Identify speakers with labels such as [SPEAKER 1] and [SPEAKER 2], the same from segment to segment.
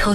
[SPEAKER 1] 偷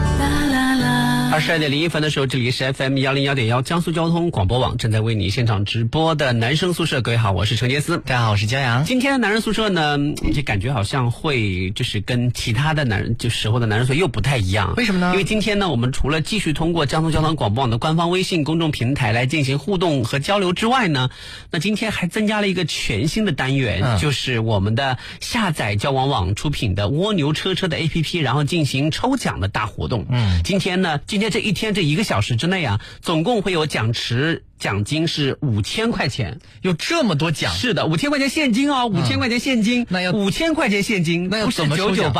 [SPEAKER 2] 二十二点零一分的时候，这里是 FM 幺零幺点幺江苏交通广播网正在为你现场直播的男生宿舍。各位好，我是陈杰斯。
[SPEAKER 3] 大家好，我是江阳。
[SPEAKER 2] 今天的男人宿舍呢，就感觉好像会就是跟其他的男人就时候的男人宿舍又不太一样。
[SPEAKER 3] 为什么呢？
[SPEAKER 2] 因为今天呢，我们除了继续通过江苏交通广播网的官方微信公众平台来进行互动和交流之外呢，那今天还增加了一个全新的单元，
[SPEAKER 3] 嗯
[SPEAKER 2] 就是我们的下载交往网出品的蜗牛车车的 APP，然后进行抽奖的大活动。
[SPEAKER 3] 嗯
[SPEAKER 2] 今天呢，今天这一天这一个小时之内啊，总共会有奖池。奖金是五千块钱，
[SPEAKER 3] 有这么多奖，
[SPEAKER 2] 是的，五千块钱现金哦，五千块钱现金，
[SPEAKER 3] 啊嗯那要
[SPEAKER 2] 五千块钱现金，
[SPEAKER 3] 那要
[SPEAKER 2] 不是
[SPEAKER 3] 怎么
[SPEAKER 2] 九
[SPEAKER 3] 抽
[SPEAKER 2] 九
[SPEAKER 3] 奖啊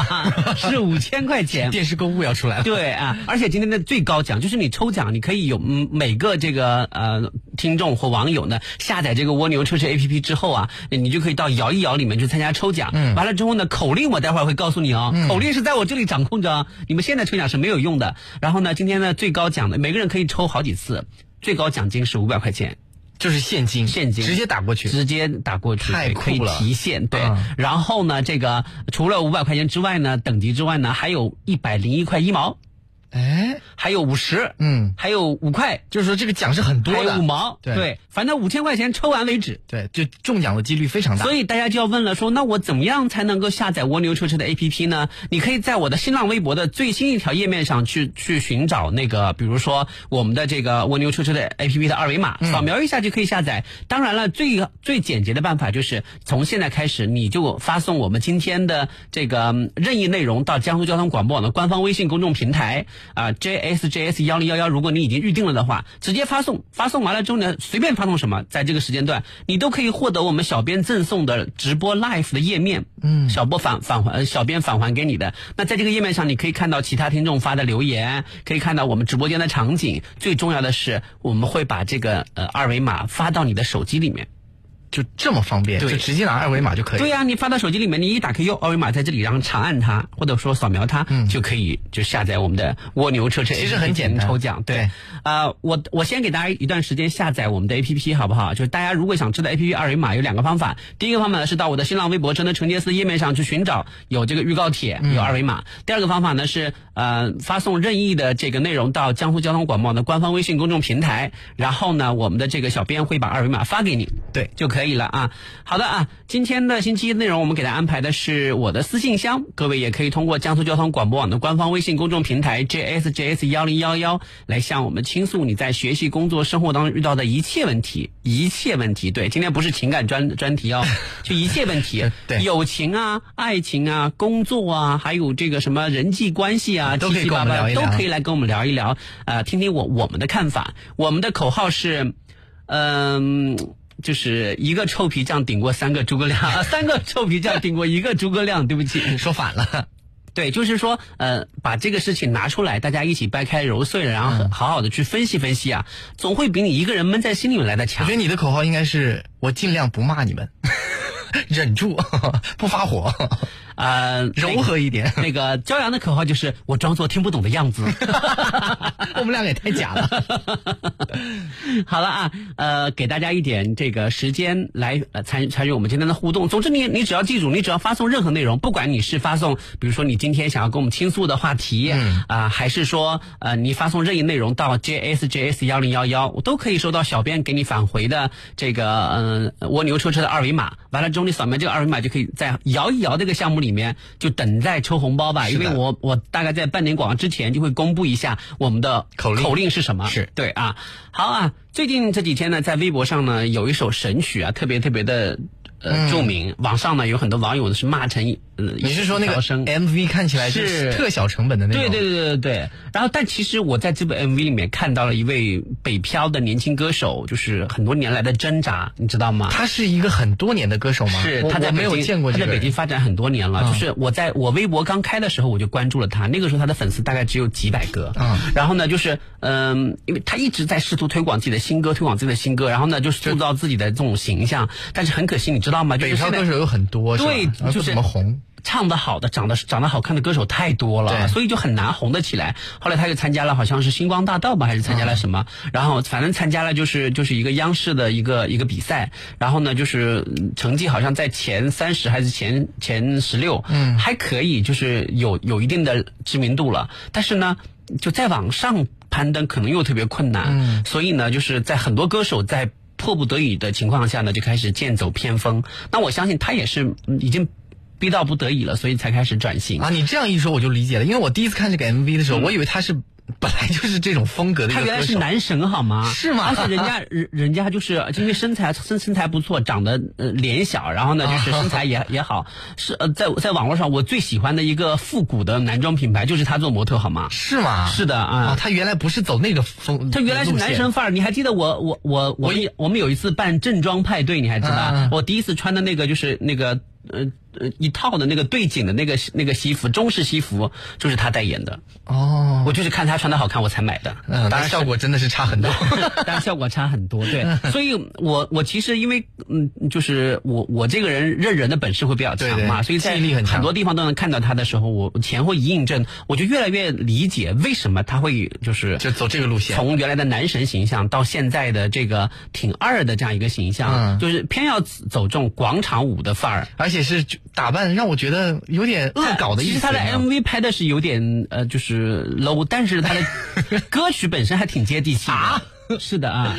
[SPEAKER 2] 八， 是五千块 钱。
[SPEAKER 3] 电视购物要出来了。
[SPEAKER 2] 对啊，而且今天的最高奖就是你抽奖，你可以有嗯每个这个呃听众或网友呢下载这个蜗牛车车 APP 之后啊，你就可以到摇一摇里面去参加抽奖。
[SPEAKER 3] 嗯
[SPEAKER 2] 完了之后呢，口令我待会儿会告诉你哦，口令是在我这里掌控着哦，你们现在抽奖是没有用的。然后呢，今天呢最高奖的每个人可以抽好几次，最高奖金是五百块钱。
[SPEAKER 3] 就是现金，
[SPEAKER 2] 现金
[SPEAKER 3] 直接打过去。
[SPEAKER 2] 直接打过去，
[SPEAKER 3] 太
[SPEAKER 2] 对
[SPEAKER 3] 酷
[SPEAKER 2] 可以
[SPEAKER 3] 了
[SPEAKER 2] 提现对。
[SPEAKER 3] 嗯
[SPEAKER 2] 然后呢，这个除了五百块钱之外呢，等级之外呢，还有一百零一块一毛，
[SPEAKER 3] 哎，
[SPEAKER 2] 还有五十，
[SPEAKER 3] 嗯，
[SPEAKER 2] 还有五块，
[SPEAKER 3] 就是说这个奖是很多
[SPEAKER 2] 还有
[SPEAKER 3] 的
[SPEAKER 2] 五，毛，
[SPEAKER 3] 对
[SPEAKER 2] 反正五千块钱抽完为止。
[SPEAKER 3] 对，就中奖的几率非常大。
[SPEAKER 2] 所以大家就要问了说，那我怎么样才能够下载蜗牛车车的 APP 呢？你可以在我的新浪微博的最新一条页面上去去寻找那个，比如说我们的这个蜗牛车车的 APP 的二维码，扫描一下就可以下载。当然了，最最简洁的办法就是从现在开始，你就发送我们今天的这个嗯任意内容到江苏交通广播网的官方微信公众平台啊、JSJS 幺零幺幺，如果你已经预定了的话，直接发送，发送完了之后呢，随便发送什么，在这个时间段，你都可以获得我们小编赠送的直播 live 的页面，嗯，小播返返还，呃小编返还给你的。那在这个页面上，你可以看到其他听众发的留言，可以看到我们直播间的场景。最重要的是，我们会把这个呃二维码发到你的手机里面。
[SPEAKER 3] 就这么方便，
[SPEAKER 2] 对
[SPEAKER 3] 就直接拿二维码就可以。
[SPEAKER 2] 对、呀、你发到手机里面，你一打开右二维码在这里，然后长按它，或者说扫描它，就可以就下载我们的蜗牛车车 APP
[SPEAKER 3] 嗯其实很简单
[SPEAKER 2] 进行抽奖。对
[SPEAKER 3] 对，
[SPEAKER 2] 啊、我我先给大家一段时间下载我们的 APP 好不好？就是大家如果想知道 APP 二维码有两个方法，第一个方法呢是到我的新浪微博“真的陈杰斯”页面上去寻找有这个预告帖
[SPEAKER 3] 嗯
[SPEAKER 2] 有二维码，第二个方法呢是呃发送任意的这个内容到江苏交通广播网的官方微信公众平台，然后呢我们的这个小编会把二维码发给你。
[SPEAKER 3] 对，
[SPEAKER 2] 就可以了啊。好的啊，今天的星期一内容我们给大家安排的是我的私信箱，各位也可以通过江苏交通广播网的官方微信公众平台 JSJS 幺零幺幺来向我们倾诉你在学习、工作、生活当中遇到的一切问题，一切问题。对，今天不是情感专专题哦，就一切问题
[SPEAKER 3] 对
[SPEAKER 2] 友情啊、爱情啊、工作啊，还有这个什么人际关系啊，
[SPEAKER 3] 都可
[SPEAKER 2] 七
[SPEAKER 3] 以
[SPEAKER 2] 七
[SPEAKER 3] 跟
[SPEAKER 2] 八
[SPEAKER 3] 我们
[SPEAKER 2] 八
[SPEAKER 3] 聊一
[SPEAKER 2] 都
[SPEAKER 3] 聊
[SPEAKER 2] 可以来跟我们聊一聊，呃，听听我我们的看法。我们的口号是，嗯、就是一个臭皮匠顶过三个诸葛亮， 啊三个臭皮匠顶过一个诸葛亮。对不起，
[SPEAKER 3] 说 反了，
[SPEAKER 2] 对，就是说，呃，把这个事情拿出来，大家一起掰开揉碎了，然
[SPEAKER 3] 嗯
[SPEAKER 2] 后好好的去分析分析啊，总会比你一个人闷在心里面来的
[SPEAKER 3] 我
[SPEAKER 2] 强
[SPEAKER 3] 觉得。你的口号应该是“我尽量不骂你们， 忍住， 不 发火，
[SPEAKER 2] 呃，
[SPEAKER 3] 柔和一点
[SPEAKER 2] 那个。那个骄阳的口号就是我装作听不懂的样子。”。
[SPEAKER 3] 我们俩也太 假了。
[SPEAKER 2] 好了啊，呃，给大家一点这个时间来呃参与参与我们今天的互动。总之你，你只要记住，你只要发送任何内容，不管你是发送，比如说你今天想要跟我们倾诉的话题，啊、
[SPEAKER 3] 嗯
[SPEAKER 2] 还是说呃你发送任意内容到 jsjs 幺零幺幺，我都可以收到小编给你返回的这个嗯、呃、蜗牛车车的二维码。完了之后，你扫描这个二维码就可以在摇一摇这个项目里面就等待抽红包吧，因
[SPEAKER 3] 是的
[SPEAKER 2] 为我我大概在半年广告之前就会公布一下我们的
[SPEAKER 3] 口令
[SPEAKER 2] 口令是什么。
[SPEAKER 3] 是
[SPEAKER 2] 对啊，好啊。最近这几天呢，在微博上呢，有一首神曲啊，特别特别的呃著名，网上呢有很多网友是骂成呃，
[SPEAKER 3] 嗯你是说那
[SPEAKER 2] 一条
[SPEAKER 3] 个
[SPEAKER 2] 生
[SPEAKER 3] MV 看起来
[SPEAKER 2] 是
[SPEAKER 3] 特小成本的那种？
[SPEAKER 2] 对对对对对。然后，但其实我在这部 MV 里面看到了一位北漂的年轻歌手，就是很多年来的挣扎，你知道吗？
[SPEAKER 3] 他是一个很多年的歌手吗？
[SPEAKER 2] 是
[SPEAKER 3] 我
[SPEAKER 2] 他在
[SPEAKER 3] 我没有
[SPEAKER 2] 北京
[SPEAKER 3] 见过这
[SPEAKER 2] 他
[SPEAKER 3] 个
[SPEAKER 2] 在北京
[SPEAKER 3] 人。
[SPEAKER 2] 发展很多年了。
[SPEAKER 3] 嗯
[SPEAKER 2] 就是我在我微博刚开的时候，我就关注了他。那个时候他的粉丝大概只有几百个。
[SPEAKER 3] 嗯
[SPEAKER 2] 然后呢，就是嗯，因为他一直在试图推广自己的新歌，推广自己的新歌，然后呢，就是塑造自己的这种形象。但是很可惜，你知道吗？就是
[SPEAKER 3] 北漂
[SPEAKER 2] 现在
[SPEAKER 3] 歌手有很多，是吧
[SPEAKER 2] 对
[SPEAKER 3] 然后
[SPEAKER 2] 就是
[SPEAKER 3] 不怎么红。
[SPEAKER 2] 唱得好的、长得长得好看的歌手太多了，
[SPEAKER 3] 对
[SPEAKER 2] 所以就很难红得起来。后来他就参加了，好像是星光大道吧，还是参加了什么？然后反正参加了就是就是一个央视的一个一个比赛，然后呢就是嗯成绩好像在前三十还是前前十六，嗯，还可以，就是有有一定的知名度了。但是呢，就再往上攀登可能又特别困难，
[SPEAKER 3] 嗯
[SPEAKER 2] 所以呢，就是在很多歌手在迫不得已的情况下呢，就开始剑走偏锋。那我相信他也是嗯已经逼到不得已了，所以才开始转型。
[SPEAKER 3] 啊，你这样一说我就理解了，因为我第一次看这个 MV 的时候，我以为他是本来就是这种风格的
[SPEAKER 2] 嗯
[SPEAKER 3] 一
[SPEAKER 2] 他
[SPEAKER 3] 个
[SPEAKER 2] 原来
[SPEAKER 3] 歌
[SPEAKER 2] 是
[SPEAKER 3] 手。
[SPEAKER 2] 男神好吗？
[SPEAKER 3] 是吗
[SPEAKER 2] 而且人家人人家就是因为身材身身材不错，长得呃脸小，然后呢就是身材也也好，是呃在在网络上我最喜欢的一个复古的男装品牌就是他做模特好吗？
[SPEAKER 3] 是吗？
[SPEAKER 2] 是的啊。
[SPEAKER 3] 啊，他原来不是走那个风，
[SPEAKER 2] 他原来是男神
[SPEAKER 3] 生
[SPEAKER 2] 范儿，你还记得我我我我们我们有一次办正装派对，你还记得吧？
[SPEAKER 3] 嗯嗯
[SPEAKER 2] 我第一次穿的那个就是那个呃呃一套的那个对襟的那个那个西服，中式西服就是他代言的，
[SPEAKER 3] 哦，
[SPEAKER 2] 我就是看他穿的好看我才买的。
[SPEAKER 3] 嗯，
[SPEAKER 2] 当
[SPEAKER 3] 但
[SPEAKER 2] 然
[SPEAKER 3] 效果真的是差 很多。
[SPEAKER 2] 但效果差很多，对，所以我我其实因为嗯，就是我我这个人认人的本事会比较强嘛，
[SPEAKER 3] 对对
[SPEAKER 2] 所以在
[SPEAKER 3] 记忆力很强
[SPEAKER 2] 很多地方都能看到他的时候，我前后一印证，我就越来越理解为什么他会就是
[SPEAKER 3] 就走这个路线
[SPEAKER 2] 从原来的男神形象到现在的这个挺二的这样一个形象，
[SPEAKER 3] 嗯
[SPEAKER 2] 就是偏要走这种广场舞的范儿。
[SPEAKER 3] 而且是打扮让我觉得有点恶搞的意
[SPEAKER 2] 其
[SPEAKER 3] 思。啊
[SPEAKER 2] 实他的
[SPEAKER 3] 你知道吗
[SPEAKER 2] MV 拍的是有点呃，就是 low，但是他的 歌曲本身还挺接地气的。是的啊，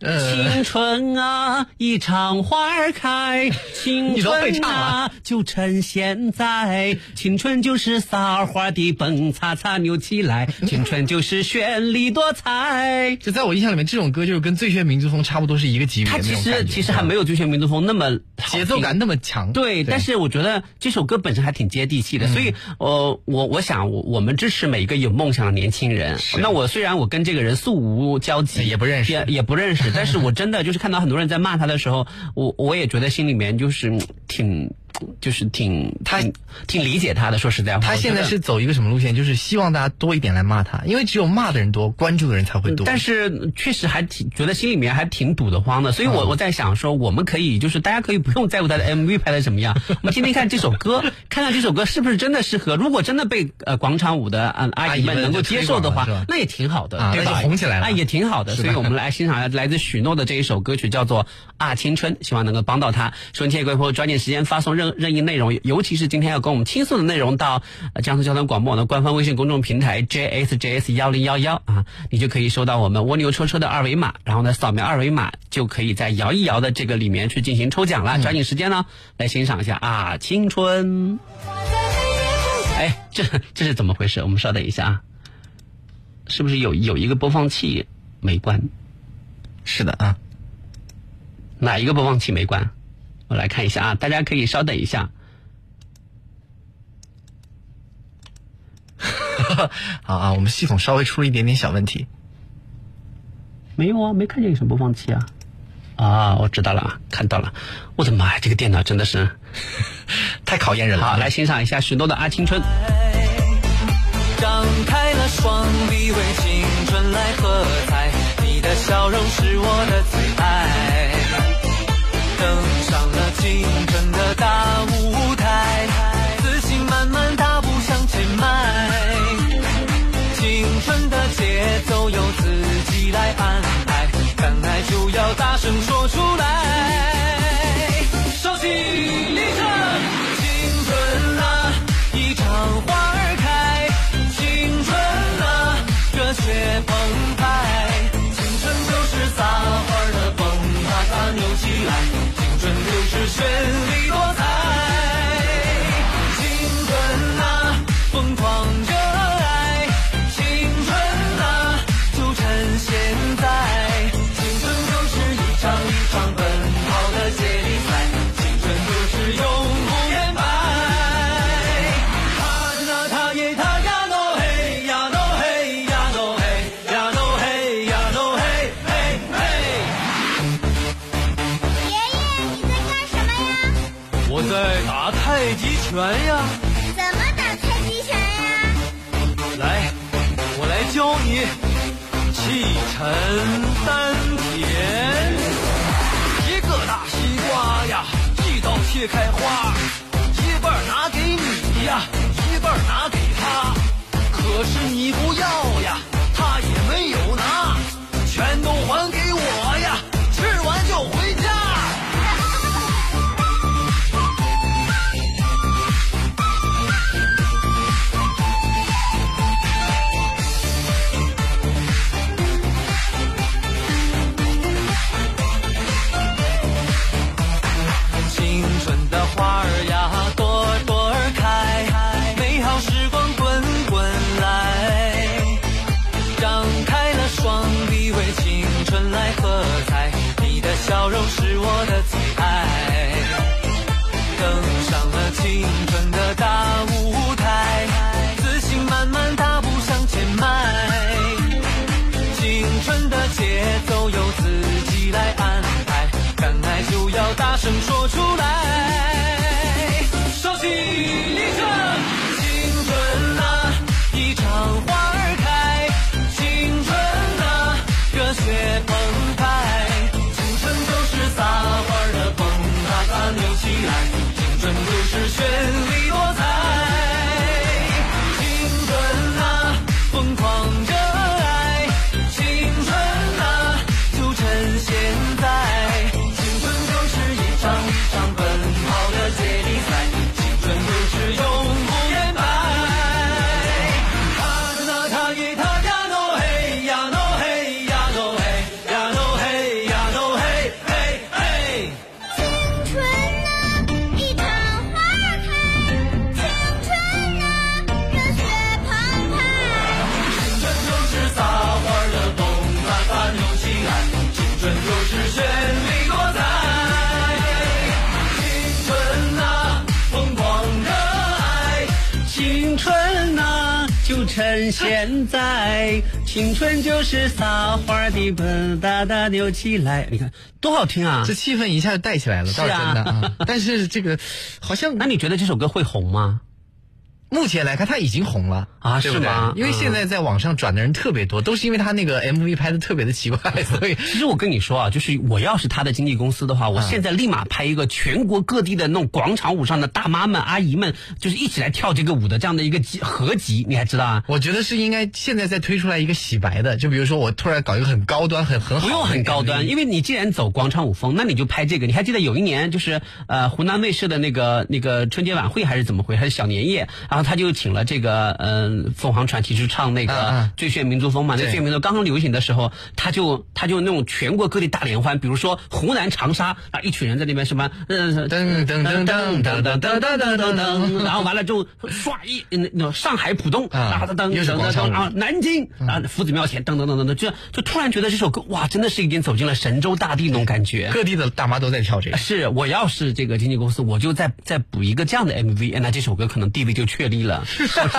[SPEAKER 3] 呃
[SPEAKER 2] 青春啊，一场花儿开，青
[SPEAKER 3] 你都会
[SPEAKER 2] 春
[SPEAKER 3] 唱
[SPEAKER 2] 啊
[SPEAKER 3] 啊，
[SPEAKER 2] 就趁现在，青春就是撒花的蹦擦擦扭起 来，青春就是绚丽多彩。
[SPEAKER 3] 就在我印象里面，这种歌就是跟《醉拳民族风》差不多是一个级别
[SPEAKER 2] 它
[SPEAKER 3] 的那
[SPEAKER 2] 其
[SPEAKER 3] 种感觉。啊嗯
[SPEAKER 2] 实其实还没有《醉拳民族风》那么好
[SPEAKER 3] 节奏
[SPEAKER 2] 听
[SPEAKER 3] 感那么强。
[SPEAKER 2] 对，但是我觉得这首歌本身还挺接地
[SPEAKER 3] 嗯
[SPEAKER 2] 气的，所以呃，我我想我我们支持每一个有梦想的年轻人。那我虽然我跟这个人素无交集，
[SPEAKER 3] 也不认识
[SPEAKER 2] 也也不 认识，但是我真的就是看到很多人在骂他的时候，我我也觉得心里面就是嗯挺。就是挺
[SPEAKER 3] 他
[SPEAKER 2] 挺挺理解他的，说实在话，
[SPEAKER 3] 他
[SPEAKER 2] 我觉
[SPEAKER 3] 现在
[SPEAKER 2] 得
[SPEAKER 3] 是走一个什么路线？就是希望大家多一点来骂他，因为只有骂的人多，关注的人才会多。
[SPEAKER 2] 嗯但是确实还挺觉得心里面还挺堵得慌的，所以
[SPEAKER 3] 嗯
[SPEAKER 2] 我我在想说，我们可以就是大家可以不用在乎他的 MV 拍的怎么样， 我们听听看这首歌， 看看这首歌是不是真的适合。如果真的被呃广场舞的嗯阿
[SPEAKER 3] 阿
[SPEAKER 2] 姨
[SPEAKER 3] 姨
[SPEAKER 2] 们
[SPEAKER 3] 们
[SPEAKER 2] 能够
[SPEAKER 3] 就
[SPEAKER 2] 接
[SPEAKER 3] 推
[SPEAKER 2] 受
[SPEAKER 3] 广
[SPEAKER 2] 的
[SPEAKER 3] 了
[SPEAKER 2] 话
[SPEAKER 3] 是吧，
[SPEAKER 2] 那也挺好的，
[SPEAKER 3] 啊
[SPEAKER 2] 对
[SPEAKER 3] 那
[SPEAKER 2] 吧？
[SPEAKER 3] 就红起来了
[SPEAKER 2] 啊，也挺好的。
[SPEAKER 3] 是
[SPEAKER 2] 所
[SPEAKER 3] 吧
[SPEAKER 2] 以我们来欣赏来自许诺的这一首歌曲，叫做《啊青春》，希望能够帮到他。收听铁轨后，抓紧时间发送任任意内容，尤其是今天要跟我们倾诉的内容到、呃江苏交通广播网的官方微信公众平台 JSJS 幺零幺幺啊，你就可以收到我们蜗牛车车的二维码，然后呢扫描二维码就可以在摇一摇的这个里面去进行抽奖了。抓紧时间呢，来欣赏一下啊青春。哎，这这是怎么回事？我们稍等一下啊，是不是有有一个播放器没关？
[SPEAKER 3] 是的啊，
[SPEAKER 2] 哪一个播放器没关？我来看一下啊，大家可以稍等一下。
[SPEAKER 3] 好啊，我们系统稍微出了一点点小问题。
[SPEAKER 2] 没有啊，没看见有什么播放器啊。啊，我知道了啊，看到了。我的妈呀，这个电脑真的 是……
[SPEAKER 3] 太考验人了。
[SPEAKER 2] 好，来欣赏一下许诺的《阿青春》。
[SPEAKER 4] 张开了双臂，为青春来喝彩。你的笑容是我的最爱。登上了青春的大舞台，自信满满大步向前迈。青春的节奏由自己来安排，敢爱就要大声说出来。手起立正，青春啊，一场花儿开，青春啊，热血澎湃，青春就是撒欢儿的蹦啊撒扭起来，青春就是绚丽多彩，青春啊，疯狂热爱，青春啊，就趁现在，青春就是一场一场的拳呀！
[SPEAKER 5] 怎么打太极拳呀？
[SPEAKER 4] 来，我来教你气沉丹田。一个大西瓜呀，一刀切开花，一半儿拿给你呀，一半儿拿给他。可是你不要呀，他也没有拿，全都还给我呀，吃完就回家。青春的花儿呀，朵朵儿开，美好时光滚滚来。张开了双臂，为青春来喝彩。你的笑容是我的最爱。登上了青春的大舞台，自信慢慢踏步向前迈。青春的节奏由自己来安排，敢爱就要大声说出来，收起一阵。青春啊，一场花儿开，青春啊，热血澎湃，青春就是撒欢儿的蹦啊咱扭起来，青春就是绚丽多彩。青春啊，疯狂热爱，青春啊，就趁现在。青春就是一场一场奔跑的接力赛，青春就是永不言败。塔那塔耶塔呀诺嘿呀诺嘿呀诺嘿呀诺嘿呀诺嘿嘿嘿。
[SPEAKER 5] 青春啊，一场花儿开，青春啊，热血澎湃。
[SPEAKER 4] 青春就是撒欢儿的蹦啊撒扭起来，青春就是绚丽多彩。青春啊，疯狂热爱，
[SPEAKER 2] 青春呐、就趁现在，青春就是撒欢的蹦哒哒扭起来。你看多好听啊
[SPEAKER 3] 这！气氛一下就带起来了，倒是真的啊。但是这个好像
[SPEAKER 2] 那你觉得这首歌会红吗？
[SPEAKER 3] 目前来看他已经红了
[SPEAKER 2] 啊
[SPEAKER 3] 对不
[SPEAKER 2] 是
[SPEAKER 3] 对
[SPEAKER 2] 吗嗯
[SPEAKER 3] 因为现在在网上转的人特别多，都是因为他那个 MV 拍的特别的奇怪， 所以
[SPEAKER 2] 其实我跟你说啊，就是我要是他的经纪公司的话，我现在立马拍一个全国各地的那种广场舞上的大妈们、阿姨们，就是一起来跳这个舞的这样的一个集合集，你还知道啊？
[SPEAKER 3] 我觉得是应该现在再推出来一个洗白的，就比如说我突然搞一个很高端、很很好
[SPEAKER 2] 不
[SPEAKER 3] 的
[SPEAKER 2] 用很高
[SPEAKER 3] MV
[SPEAKER 2] 端，因为你既然走广场舞风，那你就拍这个。你还记得有一年就是呃湖南卫视的那个那个春节晚会还是怎么回，还是小年夜，然后他就请了这个嗯、呃凤凰传奇去唱那
[SPEAKER 3] 嗯
[SPEAKER 2] 个
[SPEAKER 3] 嗯
[SPEAKER 2] 《最炫民族风》嘛。那《
[SPEAKER 3] 对
[SPEAKER 2] 最炫民族》刚刚流行的时候，他就他就那种全国各地大联欢，比如说湖南长沙啊，一群人在那边什么嗯
[SPEAKER 3] 噔噔噔噔噔噔噔噔噔噔，
[SPEAKER 2] 然后完了之后，唰一那那上海浦东，
[SPEAKER 3] 啊
[SPEAKER 2] 啊噔噔
[SPEAKER 3] 又是
[SPEAKER 2] 噔
[SPEAKER 3] 广
[SPEAKER 2] 噔
[SPEAKER 3] 场舞
[SPEAKER 2] 啊，南京
[SPEAKER 3] 嗯
[SPEAKER 2] 啊，夫子庙前噔噔噔噔噔，就就突然觉得这首歌哇，真的是已经走进了神州大地那种感觉。
[SPEAKER 3] 各地的大妈都在跳这个。
[SPEAKER 2] 是啊我要是这个经纪公司，我就再再补一个这样的 MV，哎那这首歌可能地位就确立了。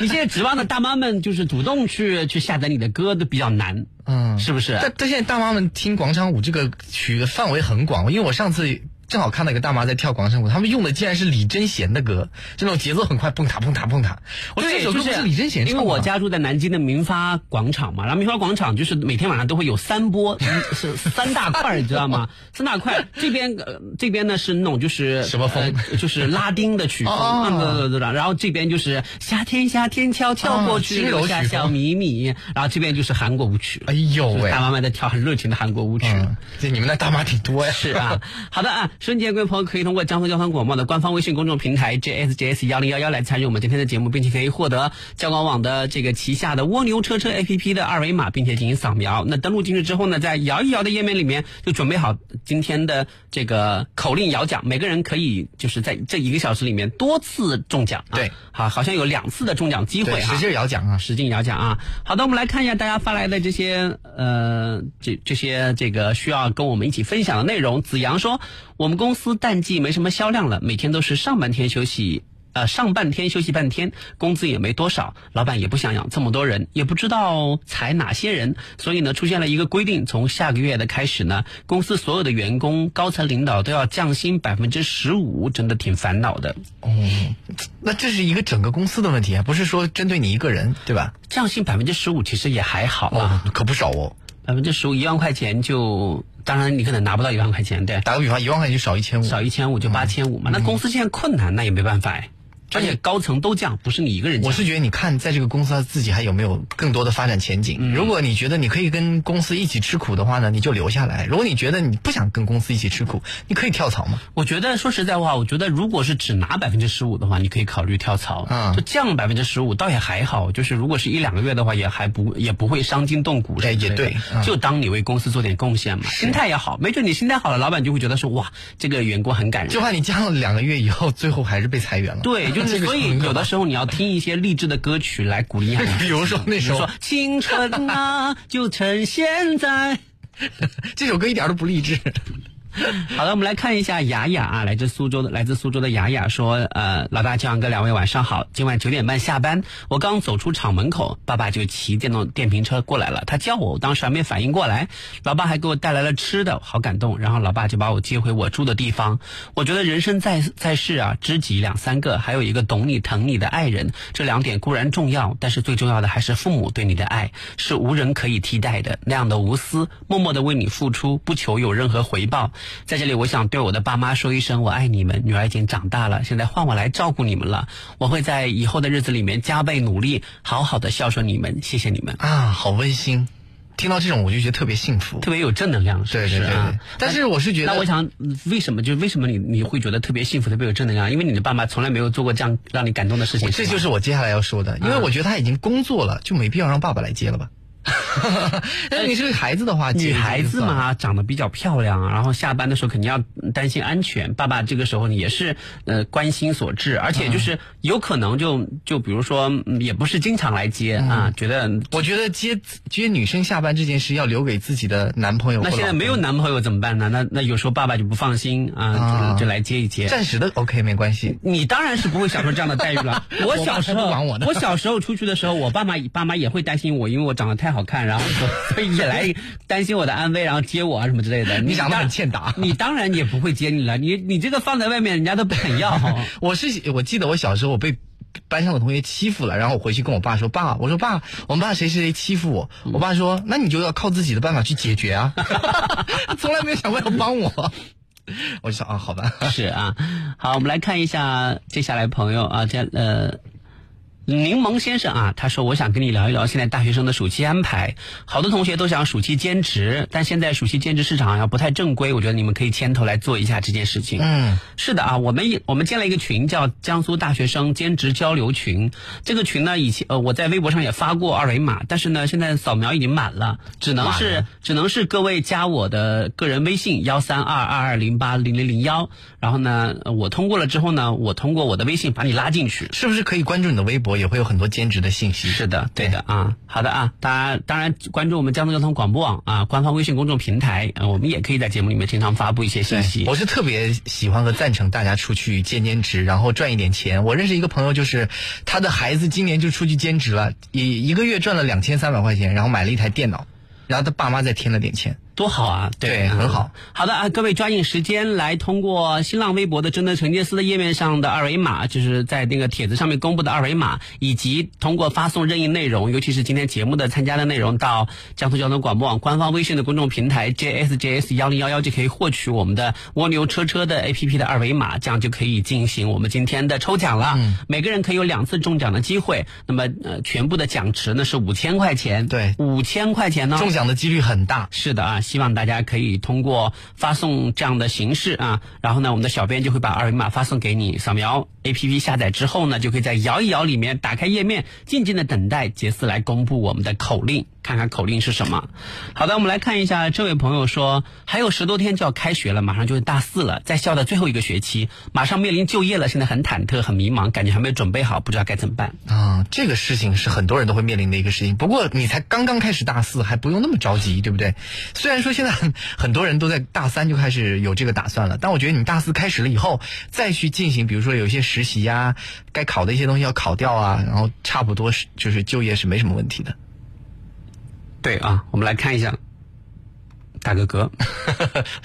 [SPEAKER 2] 你现在指望的大妈们就是主动去去下载你的歌都比较难，
[SPEAKER 3] 嗯
[SPEAKER 2] 是不是？
[SPEAKER 3] 但但现在大妈们听广场舞这个曲的范围很广，因为我上次正好看到一个大妈在跳广场舞，他们用的竟然是李贞贤的歌，就那种节奏很快，蹦哒蹦哒蹦哒。我说
[SPEAKER 2] 对，
[SPEAKER 3] 这首歌
[SPEAKER 2] 就
[SPEAKER 3] 不是李贞贤唱
[SPEAKER 2] 因
[SPEAKER 3] 的
[SPEAKER 2] 为
[SPEAKER 3] 吗
[SPEAKER 2] 我家住在南京的民发广场嘛，然后民发广场就是每天晚上都会有三波，嗯是三大块儿，你知道吗？三大块儿，这边呃这边呢是那种就是
[SPEAKER 3] 什么风
[SPEAKER 2] 呃就是拉丁的曲风，
[SPEAKER 3] 哦
[SPEAKER 2] 嗯对对对对然后这边就是夏天夏天悄悄过去，
[SPEAKER 3] 哦轻柔
[SPEAKER 2] 留下
[SPEAKER 3] 曲风
[SPEAKER 2] 小秘密，然后这边就是韩国舞曲，
[SPEAKER 3] 哎呦
[SPEAKER 2] 就是
[SPEAKER 3] 喂，
[SPEAKER 2] 大妈们在跳很热情的韩国舞曲。
[SPEAKER 3] 嗯，这你们那大妈挺多呀。
[SPEAKER 2] 是啊， 好的啊，瞬间各位朋友可以通过张峰交通广播的官方微信公众平台 JSJS 幺零幺幺来参与我们今天的节目，并且可以获得交广网的这个旗下的蜗牛车车 APP 的二维码，并且进行扫描。那登录进去之后呢，在摇一摇的页面里面就准备好今天的这个口令摇奖，每个人可以就是在这一个小时里面多次中奖、啊。
[SPEAKER 3] 对，
[SPEAKER 2] 好，好像有两次的中奖机会
[SPEAKER 3] 对，
[SPEAKER 2] 哈、
[SPEAKER 3] 使劲摇奖啊！
[SPEAKER 2] 使劲摇奖啊！好的，我们来看一下大家发来的这些呃，这这些这个需要跟我们一起分享的内容。子阳说，我们公司淡季没什么销量了，每天都是上半天休息。呃上半天休息半天，工资也没多少，老板也不想养这么多人，也不知道裁哪些人，所以呢出现了一个规定，从下个月的开始呢，公司所有的员工、高层领导都要降薪百分之十五，真的挺烦恼的。
[SPEAKER 3] 嗯那这是一个整个公司的问题，啊还不是说针对你一个人，对吧？
[SPEAKER 2] 降薪百分之十五其实也还好啦，
[SPEAKER 3] 哦，可不少哦。
[SPEAKER 2] 百分之十五一万块钱就，当然你可能拿不到一万块钱，对，
[SPEAKER 3] 打个比方，一万块钱就少一千五，
[SPEAKER 2] 少一千五就八千五
[SPEAKER 3] 嗯
[SPEAKER 2] 嘛。那公司现在困难，那也没办法哎。而且高层都降，不是你一个人降。
[SPEAKER 3] 我是觉得你看，在这个公司他自己还有没有更多的发展前景？
[SPEAKER 2] 嗯
[SPEAKER 3] 如果你觉得你可以跟公司一起吃苦的话呢，你就留下来；如果你觉得你不想跟公司一起吃苦，你可以跳槽嘛。
[SPEAKER 2] 我觉得说实在话，我觉得如果是只拿百分之十五的话，你可以考虑跳槽。
[SPEAKER 3] 嗯
[SPEAKER 2] 就降百分之十五倒也还好，就是如果是一两个月的话，也还不也不会伤筋动骨什么之类的。
[SPEAKER 3] 哎也对嗯
[SPEAKER 2] 就当你为公司做点贡献嘛，心态也好，没准你心态好了，老板就会觉得说哇，这个员工很感人
[SPEAKER 3] 就。怕你加了两个月以后，最后还是被裁员了。
[SPEAKER 2] 对，就
[SPEAKER 3] 这
[SPEAKER 2] 是
[SPEAKER 3] 个
[SPEAKER 2] 所以
[SPEAKER 3] 很可
[SPEAKER 2] 有的
[SPEAKER 3] 怕
[SPEAKER 2] 时候你要听一些励志的歌曲来鼓励一下你自己。
[SPEAKER 3] 比如说那首
[SPEAKER 2] 比如说青春啊，就趁现在。
[SPEAKER 3] 这首歌一点都不励
[SPEAKER 2] 啊
[SPEAKER 3] 志。
[SPEAKER 2] 好的，我们来看一下雅雅啊，来自苏州的，来自苏州的雅雅说，呃，老大、江哥两位晚上好，今晚九点半下班，我刚走出厂门口，爸爸就骑电动电瓶车过来了，他叫我，我当时还没反应过来，老爸还给我带来了吃的，好感动，然后老爸就把我接回我住的地方，我觉得人生在在世啊，知己两三个，还有一个懂你疼你的爱人，这两点固然重要，但是最重要的还是父母对你的爱，是无人可以替代的。那样的无私，默默的为你付出，不求有任何回报。在这里，我想对我的爸妈说一声，我爱你们。女儿已经长大了，现在换我来照顾你们了。我会在以后的日子里面加倍努力，好好的孝顺你们。谢谢你们，
[SPEAKER 3] 啊，好温馨！听到这种我就觉得特别幸福。
[SPEAKER 2] 特别有正能量，是不
[SPEAKER 3] 对
[SPEAKER 2] 是
[SPEAKER 3] 对对
[SPEAKER 2] 啊？
[SPEAKER 3] 对，但是我是觉得，
[SPEAKER 2] 那我想，嗯为什么就为什么你你会觉得特别幸福、特别有正能量？因为你的爸妈从来没有做过这样让你感动的事情。
[SPEAKER 3] 这
[SPEAKER 2] 吗
[SPEAKER 3] 就是我接下来要说的，因
[SPEAKER 2] 嗯
[SPEAKER 3] 为我觉得他已经工作了，就没必要让爸爸来接 了吧。但是你是个孩子的话，接
[SPEAKER 2] 女
[SPEAKER 3] 一接
[SPEAKER 2] 孩
[SPEAKER 3] 就
[SPEAKER 2] 子
[SPEAKER 3] 算了，
[SPEAKER 2] 嘛，长得比较漂亮，啊然后下班的时候肯定要担心安全。爸爸这个时候你也是呃关心所致，而
[SPEAKER 3] 嗯
[SPEAKER 2] 且就是有可能就就比如说嗯也不是经常来接
[SPEAKER 3] 嗯
[SPEAKER 2] 啊，觉得
[SPEAKER 3] 我觉得接接女生下班这件事要留给自己的男朋友或
[SPEAKER 2] 那
[SPEAKER 3] 老公。
[SPEAKER 2] 现在没有男朋友怎么办呢？那那有时候爸爸就不放心啊，
[SPEAKER 3] 啊
[SPEAKER 2] 就就来接一接。
[SPEAKER 3] 暂时的 OK 没关系，
[SPEAKER 2] 你当然是不会享受这样的待遇 了。我小时候，
[SPEAKER 3] 我爸才不管我呢
[SPEAKER 2] 小时候出去的时候，我爸妈爸妈也会担心我，因为我长得太好看，然后 所所以也来担心我的安危，然后接我啊什么之类的。
[SPEAKER 3] 你长得
[SPEAKER 2] 当
[SPEAKER 3] 很欠打
[SPEAKER 2] 你当然也不会接你了。你你这个放在外面，人家都不肯 要。
[SPEAKER 3] 我是我记得我小时候我被班上的同学欺负了，然后我回去跟我爸说：“爸，我说爸，我们班谁谁谁欺负我。”
[SPEAKER 2] 嗯
[SPEAKER 3] 我爸说：“那你就要靠自己的办法去解决 啊，他从来没有想过要帮我。”我就说啊，好 吧，
[SPEAKER 2] 是啊，好，我们来看一下接下来朋友啊，这呃。柠檬先生啊，他说：“我想跟你聊一聊现在大学生的暑期安排。好多同学都想暑期兼职，但现在暑期兼职市场好像不太正规，我觉得你们可以牵头来做一下这件事情。”
[SPEAKER 3] 嗯，
[SPEAKER 2] 是的啊，我们也我们建了一个群，叫江苏大学生兼职交流群。这个群呢，以前呃我在微博上也发过二维码，但是呢，现在扫描已经满了，只能是只能是各位加我的个人微信幺三二二二零八零零零幺，然后呢，呃我通过了之后呢，我通过我的微信把你拉进去。
[SPEAKER 3] 是不是可以关注你的微博，也会有很多兼职的信息？
[SPEAKER 2] 是的，对的啊，好的啊，大家当然关注我们江苏交通广播网啊官方微信公众平台、呃，我们也可以在节目里面经常发布一些信息。
[SPEAKER 3] 我是特别喜欢和赞成大家出去兼兼职，然后赚一点钱。我认识一个朋友，就是他的孩子今年就出去兼职了，一一个月赚了两千三百块钱，然后买了一台电脑，然后他爸妈再添了点钱。
[SPEAKER 2] 多好啊！
[SPEAKER 3] 对
[SPEAKER 2] 啊
[SPEAKER 3] 很好。
[SPEAKER 2] 好的啊，各位抓紧时间来通过新浪微博的“真的陈建思”的页面上的二维码，就是在那个帖子上面公布的二维码，以及通过发送任意内容，尤其是今天节目的参加的内容，到江苏交通广播网官方微信的公众平台 JSJS 幺零幺幺就可以获取我们的蜗牛车车的 APP 的二维码，这样就可以进行我们今天的抽奖了。
[SPEAKER 3] 嗯
[SPEAKER 2] 每个人可以有两次中奖的机会，那么呃，全部的奖池呢是五千块钱。
[SPEAKER 3] 对
[SPEAKER 2] 五千块钱呢，
[SPEAKER 3] 中奖的几率很大。
[SPEAKER 2] 是的啊，希望大家可以通过发送这样的形式啊，然后呢，我们的小编就会把二维码发送给你，扫描 APP 下载之后呢，就可以在摇一摇里面打开页面，静静的等待杰斯来公布我们的口令。看看口令是什么。好的，我们来看一下这位朋友说，还有十多天就要开学了，马上就是大四了，在校的最后一个学期，马上面临就业了，现在很忐忑，很迷茫，感觉还没有准备好，不知道该怎么办。
[SPEAKER 3] 啊，这个事情是很多人都会面临的一个事情。不过你才刚刚开始大四，还不用那么着急，对不对？虽然说现在很很多人都在大三就开始有这个打算了，但我觉得你大四开始了以后，再去进行，比如说有一些实习呀、该考的一些东西要考掉啊，然后差不多是就是就业是没什么问题的。
[SPEAKER 2] 对啊，我们来看一下，打个嗝。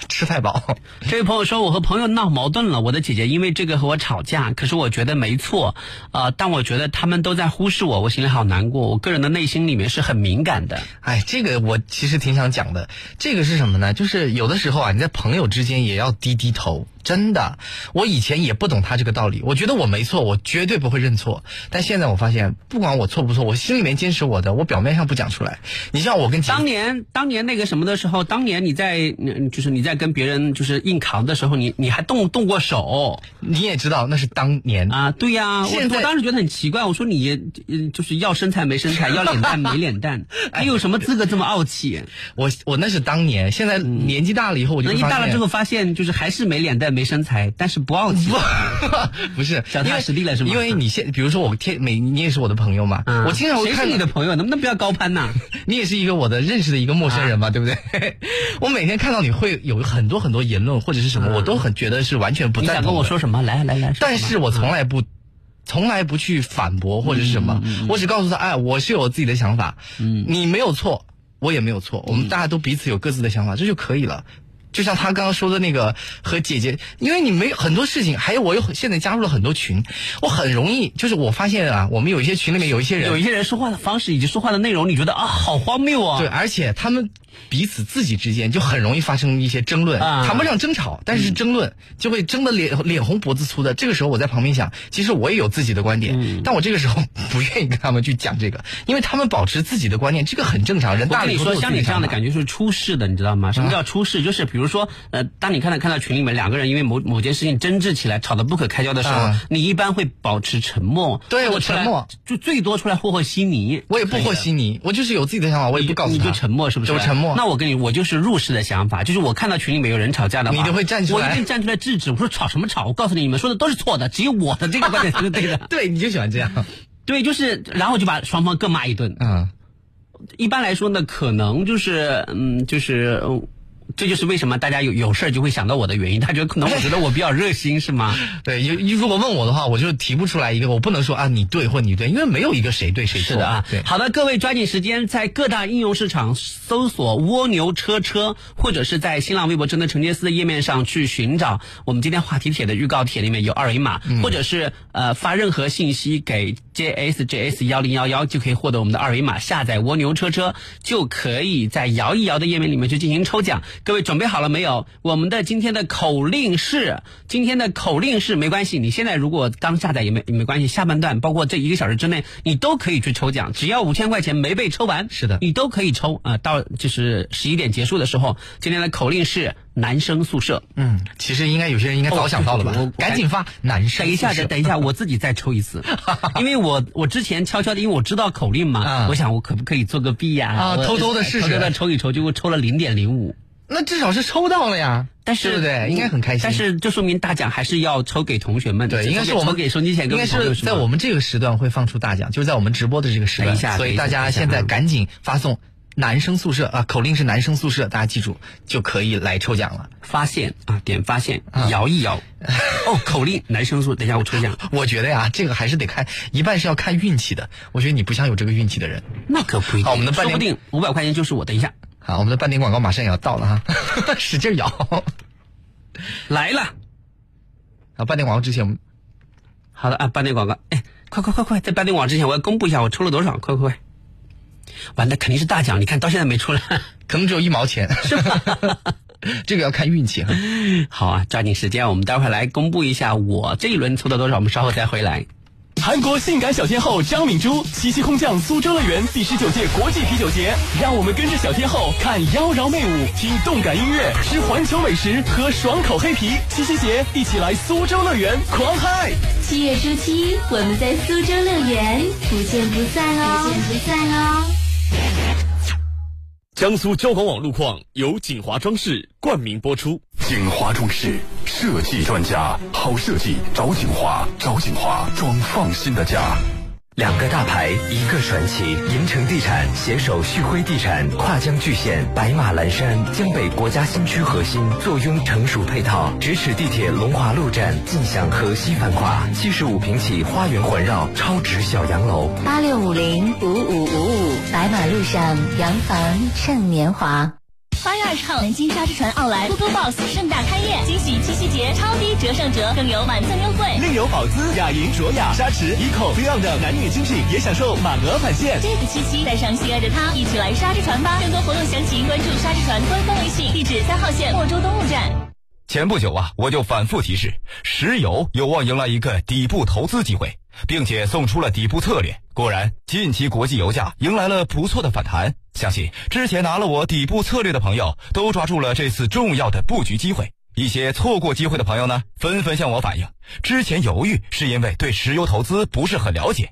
[SPEAKER 3] 吃太饱，
[SPEAKER 2] 这位朋友说，我和朋友闹矛盾了，我的姐姐因为这个和我吵架，可是我觉得没错，呃，但我觉得他们都在忽视我，我心里好难过。我个人的内心里面是很敏感的，
[SPEAKER 3] 哎，这个我其实挺想讲的。这个是什么呢？就是有的时候啊，你在朋友之间也要低低头。真的，我以前也不懂他这个道理。我觉得我没错，我绝对不会认错。但现在我发现，不管我错不错，我心里面坚持我的，我表面上不讲出来。你像我跟姐
[SPEAKER 2] 当年当年那个什么的时候，当年你在嗯就是你在跟别人就是硬扛的时候，你你还动动过手
[SPEAKER 3] 你也知道，那是当年。
[SPEAKER 2] 啊？对呀、我
[SPEAKER 3] 现在
[SPEAKER 2] 我当时觉得很奇怪，我说你嗯就是要身材没身材，要脸蛋没脸蛋， 你有什么资格这么傲气？
[SPEAKER 3] 我我那是当年，现在年纪大了以后，我
[SPEAKER 2] 嗯
[SPEAKER 3] 就
[SPEAKER 2] 那
[SPEAKER 3] 会
[SPEAKER 2] 一
[SPEAKER 3] 发
[SPEAKER 2] 大了
[SPEAKER 3] 现
[SPEAKER 2] 之后发现就是还是没脸蛋没身材，但是不傲 气。
[SPEAKER 3] 不是
[SPEAKER 2] 脚踏
[SPEAKER 3] 因为
[SPEAKER 2] 实地了是吗
[SPEAKER 3] 因为你现，比如说我天每你也是我的朋友嘛，
[SPEAKER 2] 嗯
[SPEAKER 3] 我经常会
[SPEAKER 2] 谁
[SPEAKER 3] 看
[SPEAKER 2] 是
[SPEAKER 3] 到
[SPEAKER 2] 你的朋友？能不能不要高攀呐、
[SPEAKER 3] 你也是一个我的认识的一个陌生
[SPEAKER 2] 啊
[SPEAKER 3] 人嘛，对不对？ 我每天看到你会有很多很多言论或者是什么，我都很觉得是完全不
[SPEAKER 2] 嗯你
[SPEAKER 3] 赞
[SPEAKER 2] 想
[SPEAKER 3] 同。
[SPEAKER 2] 跟我说，什么？来来来，说
[SPEAKER 3] 但
[SPEAKER 2] 什么
[SPEAKER 3] 是我从来不。从来不去反驳或者是什
[SPEAKER 2] 嗯
[SPEAKER 3] 么，我只告诉他，哎，我是有自己的想法，你没有错，我也没有
[SPEAKER 2] 嗯
[SPEAKER 3] 错，我们大家都彼此有各自的想法，这就可以了。就像他刚刚说的那个和姐姐，因为你没很多事情，还有我有现在加入了很多群，我很容易就是我发现啊，我们有一些群里面有一些人
[SPEAKER 2] 嗯有一些人说话的方式以及说话的内容，你觉得啊，好荒谬啊！
[SPEAKER 3] 对，，而且他们彼此自己之间就很容易发生一些争论，
[SPEAKER 2] 啊嗯
[SPEAKER 3] 谈不上争吵，但是是争论、就会争得脸脸红脖子粗的。这个时候我在旁边想，其实我也有自己的观点，
[SPEAKER 2] 嗯
[SPEAKER 3] 但我这个时候 不愿意跟他们去讲这个，因因为他们保持自己的观念，这个很正常。人
[SPEAKER 2] 我
[SPEAKER 3] 大
[SPEAKER 2] 跟
[SPEAKER 3] 了
[SPEAKER 2] 你
[SPEAKER 3] 以后
[SPEAKER 2] 说，
[SPEAKER 3] 都有
[SPEAKER 2] 像
[SPEAKER 3] 自己
[SPEAKER 2] 你这样的
[SPEAKER 3] 想法
[SPEAKER 2] 感觉是出事的，你知道吗？什么叫出事？就是比如说，呃，当你看到看到群里面两个人因为某某件事情争执起来，吵得不可开交的时候
[SPEAKER 3] 啊，
[SPEAKER 2] 你一般会保持沉默。
[SPEAKER 3] 对
[SPEAKER 2] 或者
[SPEAKER 3] 我
[SPEAKER 2] 出来
[SPEAKER 3] 沉默，
[SPEAKER 2] 就最多出来和和稀泥。
[SPEAKER 3] 我也不和稀泥，我就是有自己的想法，我也不告诉
[SPEAKER 2] 你
[SPEAKER 3] 他，
[SPEAKER 2] 就沉默是不是？
[SPEAKER 3] 就沉默。
[SPEAKER 2] 那我跟你，我就是入世的想法，就是我看到群里面有人吵架的话，
[SPEAKER 3] 你就会站出来。
[SPEAKER 2] 我一定站出来制止。我说吵什么吵？我告诉你，你们说的都是错的，只有我的这个观点才是对的
[SPEAKER 3] 对，你就喜欢这样，
[SPEAKER 2] 对，就是，然后就把双方各骂一顿。
[SPEAKER 3] 嗯，
[SPEAKER 2] 一般来说呢，可能就是嗯，就是。呃这就是为什么大家有有事儿就会想到我的原因。他觉得可能我觉得我比较热心是吗？
[SPEAKER 3] 对，因为如果问我的话，我就提不出来一个，我不能说啊你对或你对，因为没有一个谁对谁错
[SPEAKER 2] 是的啊
[SPEAKER 3] 对。，
[SPEAKER 2] 好的，各位抓紧时间在各大应用市场搜索“蜗牛车车”，或者是在新浪微博“真的陈杰斯”的页面上去寻找我们今天话题帖的预告帖里面有二维码，
[SPEAKER 3] 嗯
[SPEAKER 2] 或者是呃发任何信息给 JSJS 幺零幺幺就可以获得我们的二维码，下载“蜗牛车车”就可以在摇一摇的页面里面去进行抽奖。各位准备好了没有？我们的今天的口令是，今天的口令是没关系，你现在如果刚下载也没也没关系，下半段包括这一个小时之内，你都可以去抽奖，只要五千块钱没被抽完，
[SPEAKER 3] 是的
[SPEAKER 2] 你都可以抽啊、到就是十一点结束的时候，今天的口令是男生宿舍。
[SPEAKER 3] 嗯，其实应该有些人应该早想到了吧？
[SPEAKER 2] 哦对对对我
[SPEAKER 3] 赶紧发男生。
[SPEAKER 2] 等一下，
[SPEAKER 3] 是
[SPEAKER 2] 等
[SPEAKER 3] 不是
[SPEAKER 2] 等一下，我自己再抽一 次，因为我我之前悄悄的，因为我知道口令嘛，
[SPEAKER 3] 啊
[SPEAKER 2] 我想我可不可以做个弊呀、
[SPEAKER 3] 啊
[SPEAKER 2] 我
[SPEAKER 3] 偷偷地试试
[SPEAKER 2] 偷偷的抽一抽，结果抽了零点零五。
[SPEAKER 3] 那至少是抽到了呀，
[SPEAKER 2] 但是
[SPEAKER 3] 对不对？应该很开心。
[SPEAKER 2] 但是这说明大奖还是要抽给同学们的，
[SPEAKER 3] 对，应该是我们
[SPEAKER 2] 抽给收机前
[SPEAKER 3] 应
[SPEAKER 2] 跟
[SPEAKER 3] 该
[SPEAKER 2] 朋友
[SPEAKER 3] 是在我
[SPEAKER 2] 吗
[SPEAKER 3] 们这个时段会放出大奖，就是在我们直播的这个时段。
[SPEAKER 2] 等一下
[SPEAKER 3] 所以
[SPEAKER 2] 等
[SPEAKER 3] 大
[SPEAKER 2] 一下嗯
[SPEAKER 3] 家现
[SPEAKER 2] 等
[SPEAKER 3] 在
[SPEAKER 2] 一下
[SPEAKER 3] 赶紧发送男生宿舍啊，口令是男生宿舍，大家记住就可以来抽奖了。
[SPEAKER 2] 发现啊，点发现，摇一 摇。哦，口令男生说，等一下我抽奖，
[SPEAKER 3] 我觉得呀，这个还是得看，一半是要看运气的。我觉得你不像有这个运气的人。
[SPEAKER 2] 那可不一定，
[SPEAKER 3] 好我们的半
[SPEAKER 2] 说不
[SPEAKER 3] 年
[SPEAKER 2] 定五百块钱就是我。等一下
[SPEAKER 3] 好，我们的半点广告马上也要到了哈， 使劲摇。
[SPEAKER 2] 来了，
[SPEAKER 3] 啊，半点广告之前，我们
[SPEAKER 2] 好的啊，半点广告，哎，快快快快，在半点广告之前我要公布一下我抽了多少，快快快。完了，肯定是大奖，你看到现在没出来。
[SPEAKER 3] 可能只有一毛钱，是吧？ 这个要看运气哈。
[SPEAKER 2] 好啊，抓紧时间，我们待会儿来公布一下我这一轮抽到多少，我们稍后再回来。
[SPEAKER 6] 韩国性感小天后张敏珠七夕空降苏州乐园第十九届国际啤酒节，让我们跟着小天后看妖娆媚舞，听动感音乐，吃环球美食，喝爽口黑啤。七夕节，一起来苏州乐园狂嗨！
[SPEAKER 7] 七月初七，我们在苏州乐园不见不散哦！不见不散哦！
[SPEAKER 4] 江苏交管网路况由锦华装饰冠名播出。
[SPEAKER 7] 景华装饰设计专家，好设计找景华，找景华装放心的家。
[SPEAKER 3] 两个大牌，一个传奇。银城地产携手旭辉地产，跨江巨献，白马蓝山，江北国家新区核心，坐拥成熟配套，咫尺地铁龙华路站，尽享河西繁华。七十五平起，花园环绕，超值小洋楼。
[SPEAKER 1] 八六五零五五五五，白马路上洋房趁年华。
[SPEAKER 8] 八月二十号，南京沙之船奥莱 Coco Boss 盛大开业，惊喜七夕节超低折上折，更有满赠优惠。
[SPEAKER 4] 另有宝姿、雅银、卓雅、沙驰、eco、Beyond 等男女精品也享受满额返现。
[SPEAKER 8] 这个七夕，带上心爱的他，一起来沙之船吧！更多活动详情关注沙之船官方微信，地址三号线莫州东路站。
[SPEAKER 3] 前不久啊，我就反复提示，石油有望迎来一个底部投资机会，并且送出了底部策略。果然，近期国际油价迎来了不错的反弹，相信之前拿了我底部策略的朋友都抓住了这次重要的布局机会。一些错过机会的朋友呢，纷纷向我反映，之前犹豫是因为对石油投资不是很了解，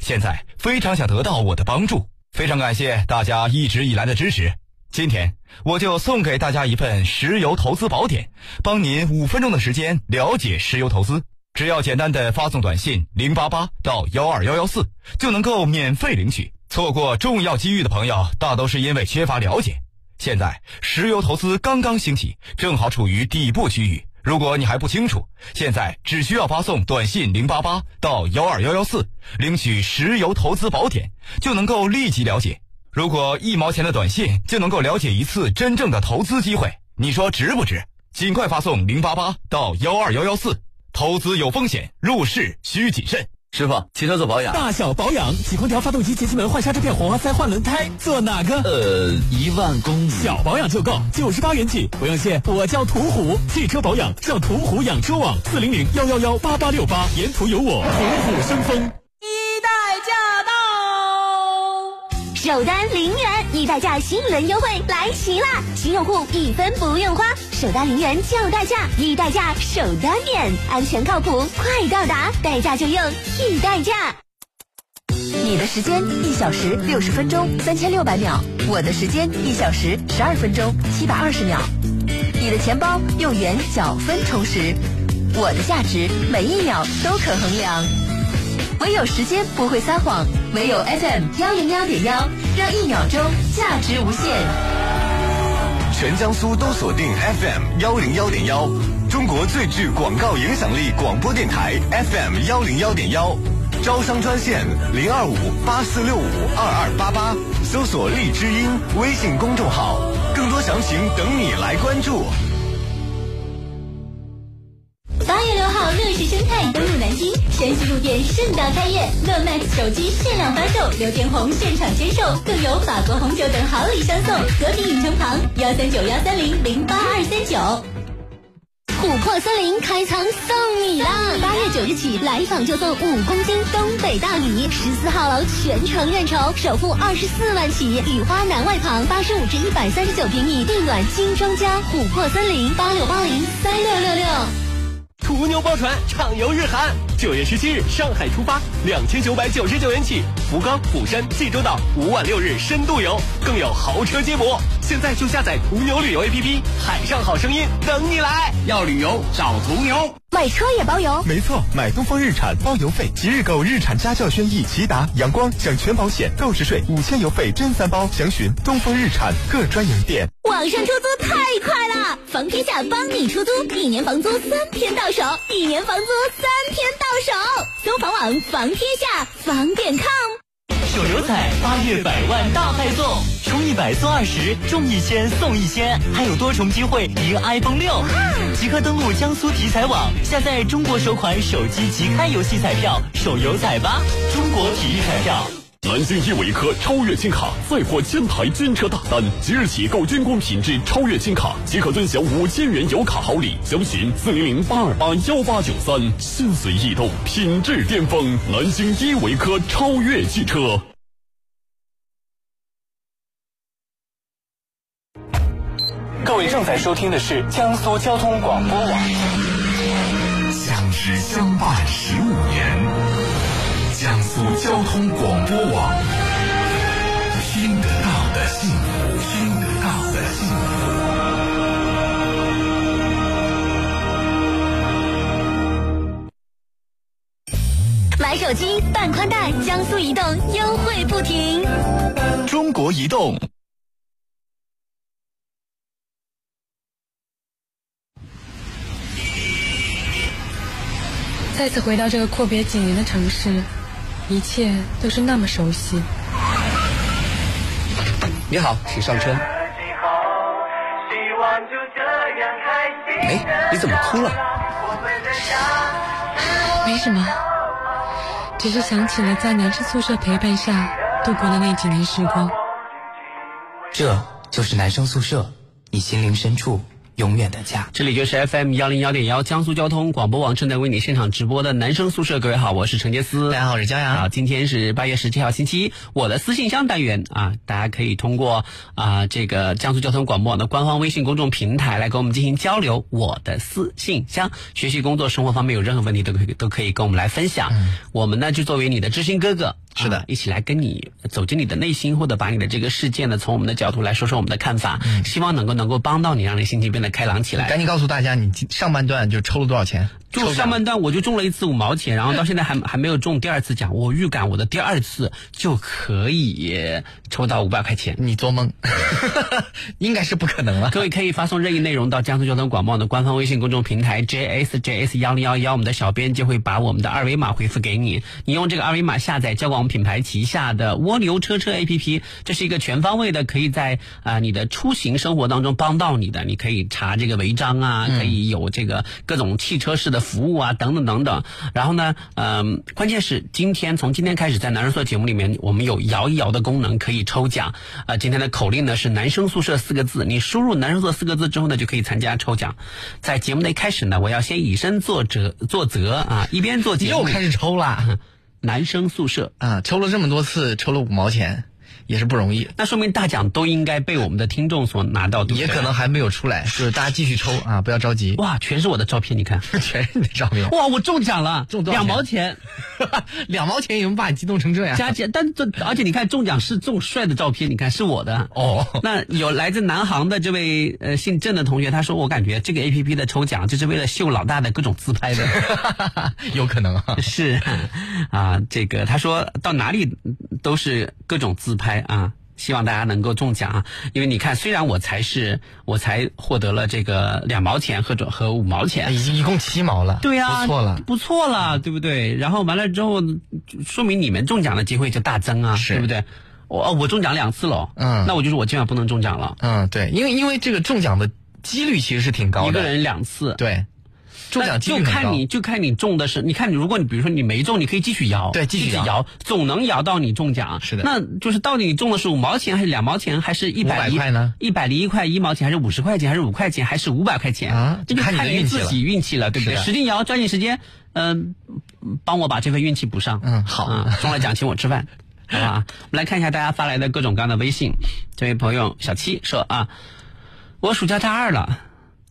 [SPEAKER 3] 现在非常想得到我的帮助。非常感谢大家一直以来的支持。今天我就送给大家一份石油投资宝典，帮您五分钟的时间了解石油投资。只要简单的发送短信零八八到幺二幺幺四，就能够免费领取。错过重要机遇的朋友，大都是因为缺乏了解。现在石油投资刚刚兴起，正好处于底部区域。如果你还不清楚，现在只需要发送短信零八八到幺二幺幺四，领取《石油投资宝典》，就能够立即了解。如果一毛钱的短信就能够了解一次真正的投资机会，你说值不值？尽快发送零八八到幺二幺幺四。投资有风险，入市需谨慎。
[SPEAKER 9] 师傅，汽车做保养，
[SPEAKER 4] 大小保养，洗空调、发动机、节气门、换刹车片、火花塞、换轮胎，做哪个？
[SPEAKER 9] 呃，一万公里。
[SPEAKER 4] 小保养就够，九十八元起，不用谢。我叫途虎，汽车保养叫途虎养车网，四零零幺幺幺八八六八，沿途有我，虎虎生风。
[SPEAKER 10] 一代驾到！
[SPEAKER 8] 首单零元，一代价新轮优惠来袭啦！新用户一分不用花，首单零元叫代价，一代价首单免，安全靠谱，快到达，代驾就用一代价。
[SPEAKER 1] 你的时间一小时六十分钟，三千六百秒；我的时间一小时十二分钟，七百二十秒。你的钱包用元角分充实，我的价值每一秒都可衡量。唯有时间不会撒谎，唯有 FM 幺零幺点幺，让一秒钟价值无限。
[SPEAKER 7] 全江苏都锁定 FM 幺零幺点幺，中国最具广告影响力广播电台 FM 幺零幺点幺，招商专线零二五八四六五二二八八，搜索荔枝音微信公众号，更多详情等你来关注。
[SPEAKER 8] 八月六号，乐视生态登陆南京，山西路店盛大开业，乐 Max 手机限量发售，刘建宏现场签售，更有法国红酒等好礼相送。隔壁影城旁，幺三九幺三零零八二三九。琥珀森林开仓送你啦！八月九日起，来访就送五公斤东北大米，十四号楼全程认筹，首付二十四万起。雨花南外旁八十五至一百三十九平米地暖新庄家，琥珀森林八六八零三六六六。
[SPEAKER 4] 途牛包船畅游日韩，九月十七日上海出发，两千九百九十九元起，福冈、釜山、济州岛五晚六日深度游，更有豪车接驳。现在就下载途牛旅游 APP，海上好声音等你来。
[SPEAKER 11] 要旅游找途牛。
[SPEAKER 8] 买车也包邮。
[SPEAKER 7] 没错，买东风日产包邮费，即日购日产家轿轩逸、骐达、阳光享全保险，购置税五千邮费真三包，详询东风日产各专营店。
[SPEAKER 8] 网上出租太快了，房天下帮你出租，一年房租三天到手，一年房租三天到手。搜房网房天下房点 com。
[SPEAKER 4] 手游彩八月百万大派送，充一百送二十，中一千送一千，还有多重机会赢 iPhone 六。即刻登录江苏体彩网，下载中国首款手机即开游戏彩票“手游彩吧”，中国体育彩票。
[SPEAKER 7] 南京依维柯超越金卡再获千台军车大单，即日起购军工品质超越金卡，即可尊享五千元油卡好礼。详询四零零八二八幺八九三。心随意动，品质巅峰，南京依维柯超越汽车。
[SPEAKER 4] 各位正在收听的是江苏交通广播网。
[SPEAKER 7] 相知相伴十五年，江苏交通广播网，听得到的幸福，听
[SPEAKER 8] 手机办宽带，江苏移动优惠不停。
[SPEAKER 7] 中国移动。
[SPEAKER 12] 再次回到这个阔别几年的城市，一切都是那么熟悉。
[SPEAKER 3] 你好，请上车。哎，你怎么哭了？
[SPEAKER 12] 没什么，只是想起了在男生宿舍陪伴下度过的那几年时光。
[SPEAKER 13] 这就是男生宿舍，你心灵深处永远的家。
[SPEAKER 2] 这里就是 FM 幺零幺点幺江苏交通广播网正在为你现场直播的男生宿舍。各位好，我是陈杰斯，大
[SPEAKER 3] 家好，我是江阳。
[SPEAKER 2] 好，啊今天是八月十七号星期一，我的私信箱单元啊，大家可以通过啊这个江苏交通广播网的官方微信公众平台来跟我们进行交流。我的私信箱，学习、工作、生活方面有任何问题都可以都可以跟我们来分享。我们呢就作为你的知心哥哥，嗯是的、一起来跟你走进你的内心，或者把你的这个事件呢，从我们的角度来说说我们的看法，希望能够能够帮到你，让你心情变得开朗起来。
[SPEAKER 3] 赶紧告诉大家，你今上半段就抽了多少钱？
[SPEAKER 2] 就上半段我就中了一次五毛钱，然后到现在还还没有中第二次奖。我预感我的第二次就可以抽到五百块钱。
[SPEAKER 3] 你做梦，应该是不可能了。
[SPEAKER 2] 各位可以发送任意内容到江苏交通广播网的官方微信公众平台 jsjs 幺零幺幺，我们的小编就会把我们的二维码回复给你。你用这个二维码下载交广品牌旗下的蜗牛车车 APP，这是一个全方位的，可以在啊、你的出行生活当中帮到你的。你可以查这个违章啊，可以有这个各种汽车式的服务啊，等等等等。然后呢，嗯、关键是今天从今天开始，在男人说节目里面，我们有摇一摇的功能可以抽奖。啊、今天的口令呢是“男生宿舍”四个字，你输入“男生宿舍”四个字之后呢，就可以参加抽奖。在节目的一开始呢，我要先以身作则，作则啊，一边做节目
[SPEAKER 3] 又开始抽啦！
[SPEAKER 2] 男生宿舍。
[SPEAKER 3] 啊，抽了这么多次，抽了五毛钱，也是不容易。
[SPEAKER 2] 那说明大奖都应该被我们的听众所拿到，对不
[SPEAKER 3] 也
[SPEAKER 2] 对
[SPEAKER 3] 可能还没有出来，就是大家继续抽啊，不要着急。
[SPEAKER 2] 哇，全是我的照片，你看，
[SPEAKER 3] 全是你的照片，
[SPEAKER 2] 哇，我中奖了，
[SPEAKER 3] 中多少
[SPEAKER 2] 两
[SPEAKER 3] 钱
[SPEAKER 2] 毛钱，
[SPEAKER 3] 两毛钱也能把你激动成这 样。
[SPEAKER 2] 加起来，但这而且你看中奖是中帅的照片，你看是我的。
[SPEAKER 3] 哦，
[SPEAKER 2] 那有来自南航的这位呃姓郑的同学，他说我感觉这个 A P P 的抽奖就是为了秀老大的各种自拍的。
[SPEAKER 3] 有可 能啊。
[SPEAKER 2] 是啊，这个他说到哪里都是各种自拍啊。希望大家能够中奖啊！因为你看，虽然我才是我才获得了这个两毛钱和准和五毛钱，
[SPEAKER 3] 已经一共七毛了，
[SPEAKER 2] 对呀、
[SPEAKER 3] 不错了。
[SPEAKER 2] 不错了，对不对？然后完了之后，就说明你们中奖的机会就大增啊，
[SPEAKER 3] 是
[SPEAKER 2] 对不对？我哦我中奖两次喽，
[SPEAKER 3] 嗯
[SPEAKER 2] 那我就是我今晚不能中奖了，
[SPEAKER 3] 嗯，对，因为因为这个中奖的几率其实是挺高的，
[SPEAKER 2] 一个人两次，
[SPEAKER 3] 对，中奖几率
[SPEAKER 2] 那就
[SPEAKER 3] 很高
[SPEAKER 2] 看你就看你中的是，你看你，如果你比如说你没中，你可以继续摇，
[SPEAKER 3] 对继
[SPEAKER 2] 继
[SPEAKER 3] 续摇
[SPEAKER 2] 摇，总能摇到你中奖。
[SPEAKER 3] 是的
[SPEAKER 2] 那就是到底你中的是五毛钱还是两毛钱，还是一百
[SPEAKER 3] 500块呢？
[SPEAKER 2] 一百零一块一毛钱，还是五十块钱，还是五块钱，还是五百块钱
[SPEAKER 3] 啊
[SPEAKER 2] 这就
[SPEAKER 3] 看你的
[SPEAKER 2] 看你
[SPEAKER 3] 运气
[SPEAKER 2] 自己运气了，对不对？
[SPEAKER 3] 是的
[SPEAKER 2] 使劲摇，抓紧时间，嗯、帮我把这份运气补上。
[SPEAKER 3] 嗯好
[SPEAKER 2] 啊中了奖请我吃饭。好吧，啊我们来看一下大家发来的各种各样的微信。这位朋友小七说啊，我暑假大二了，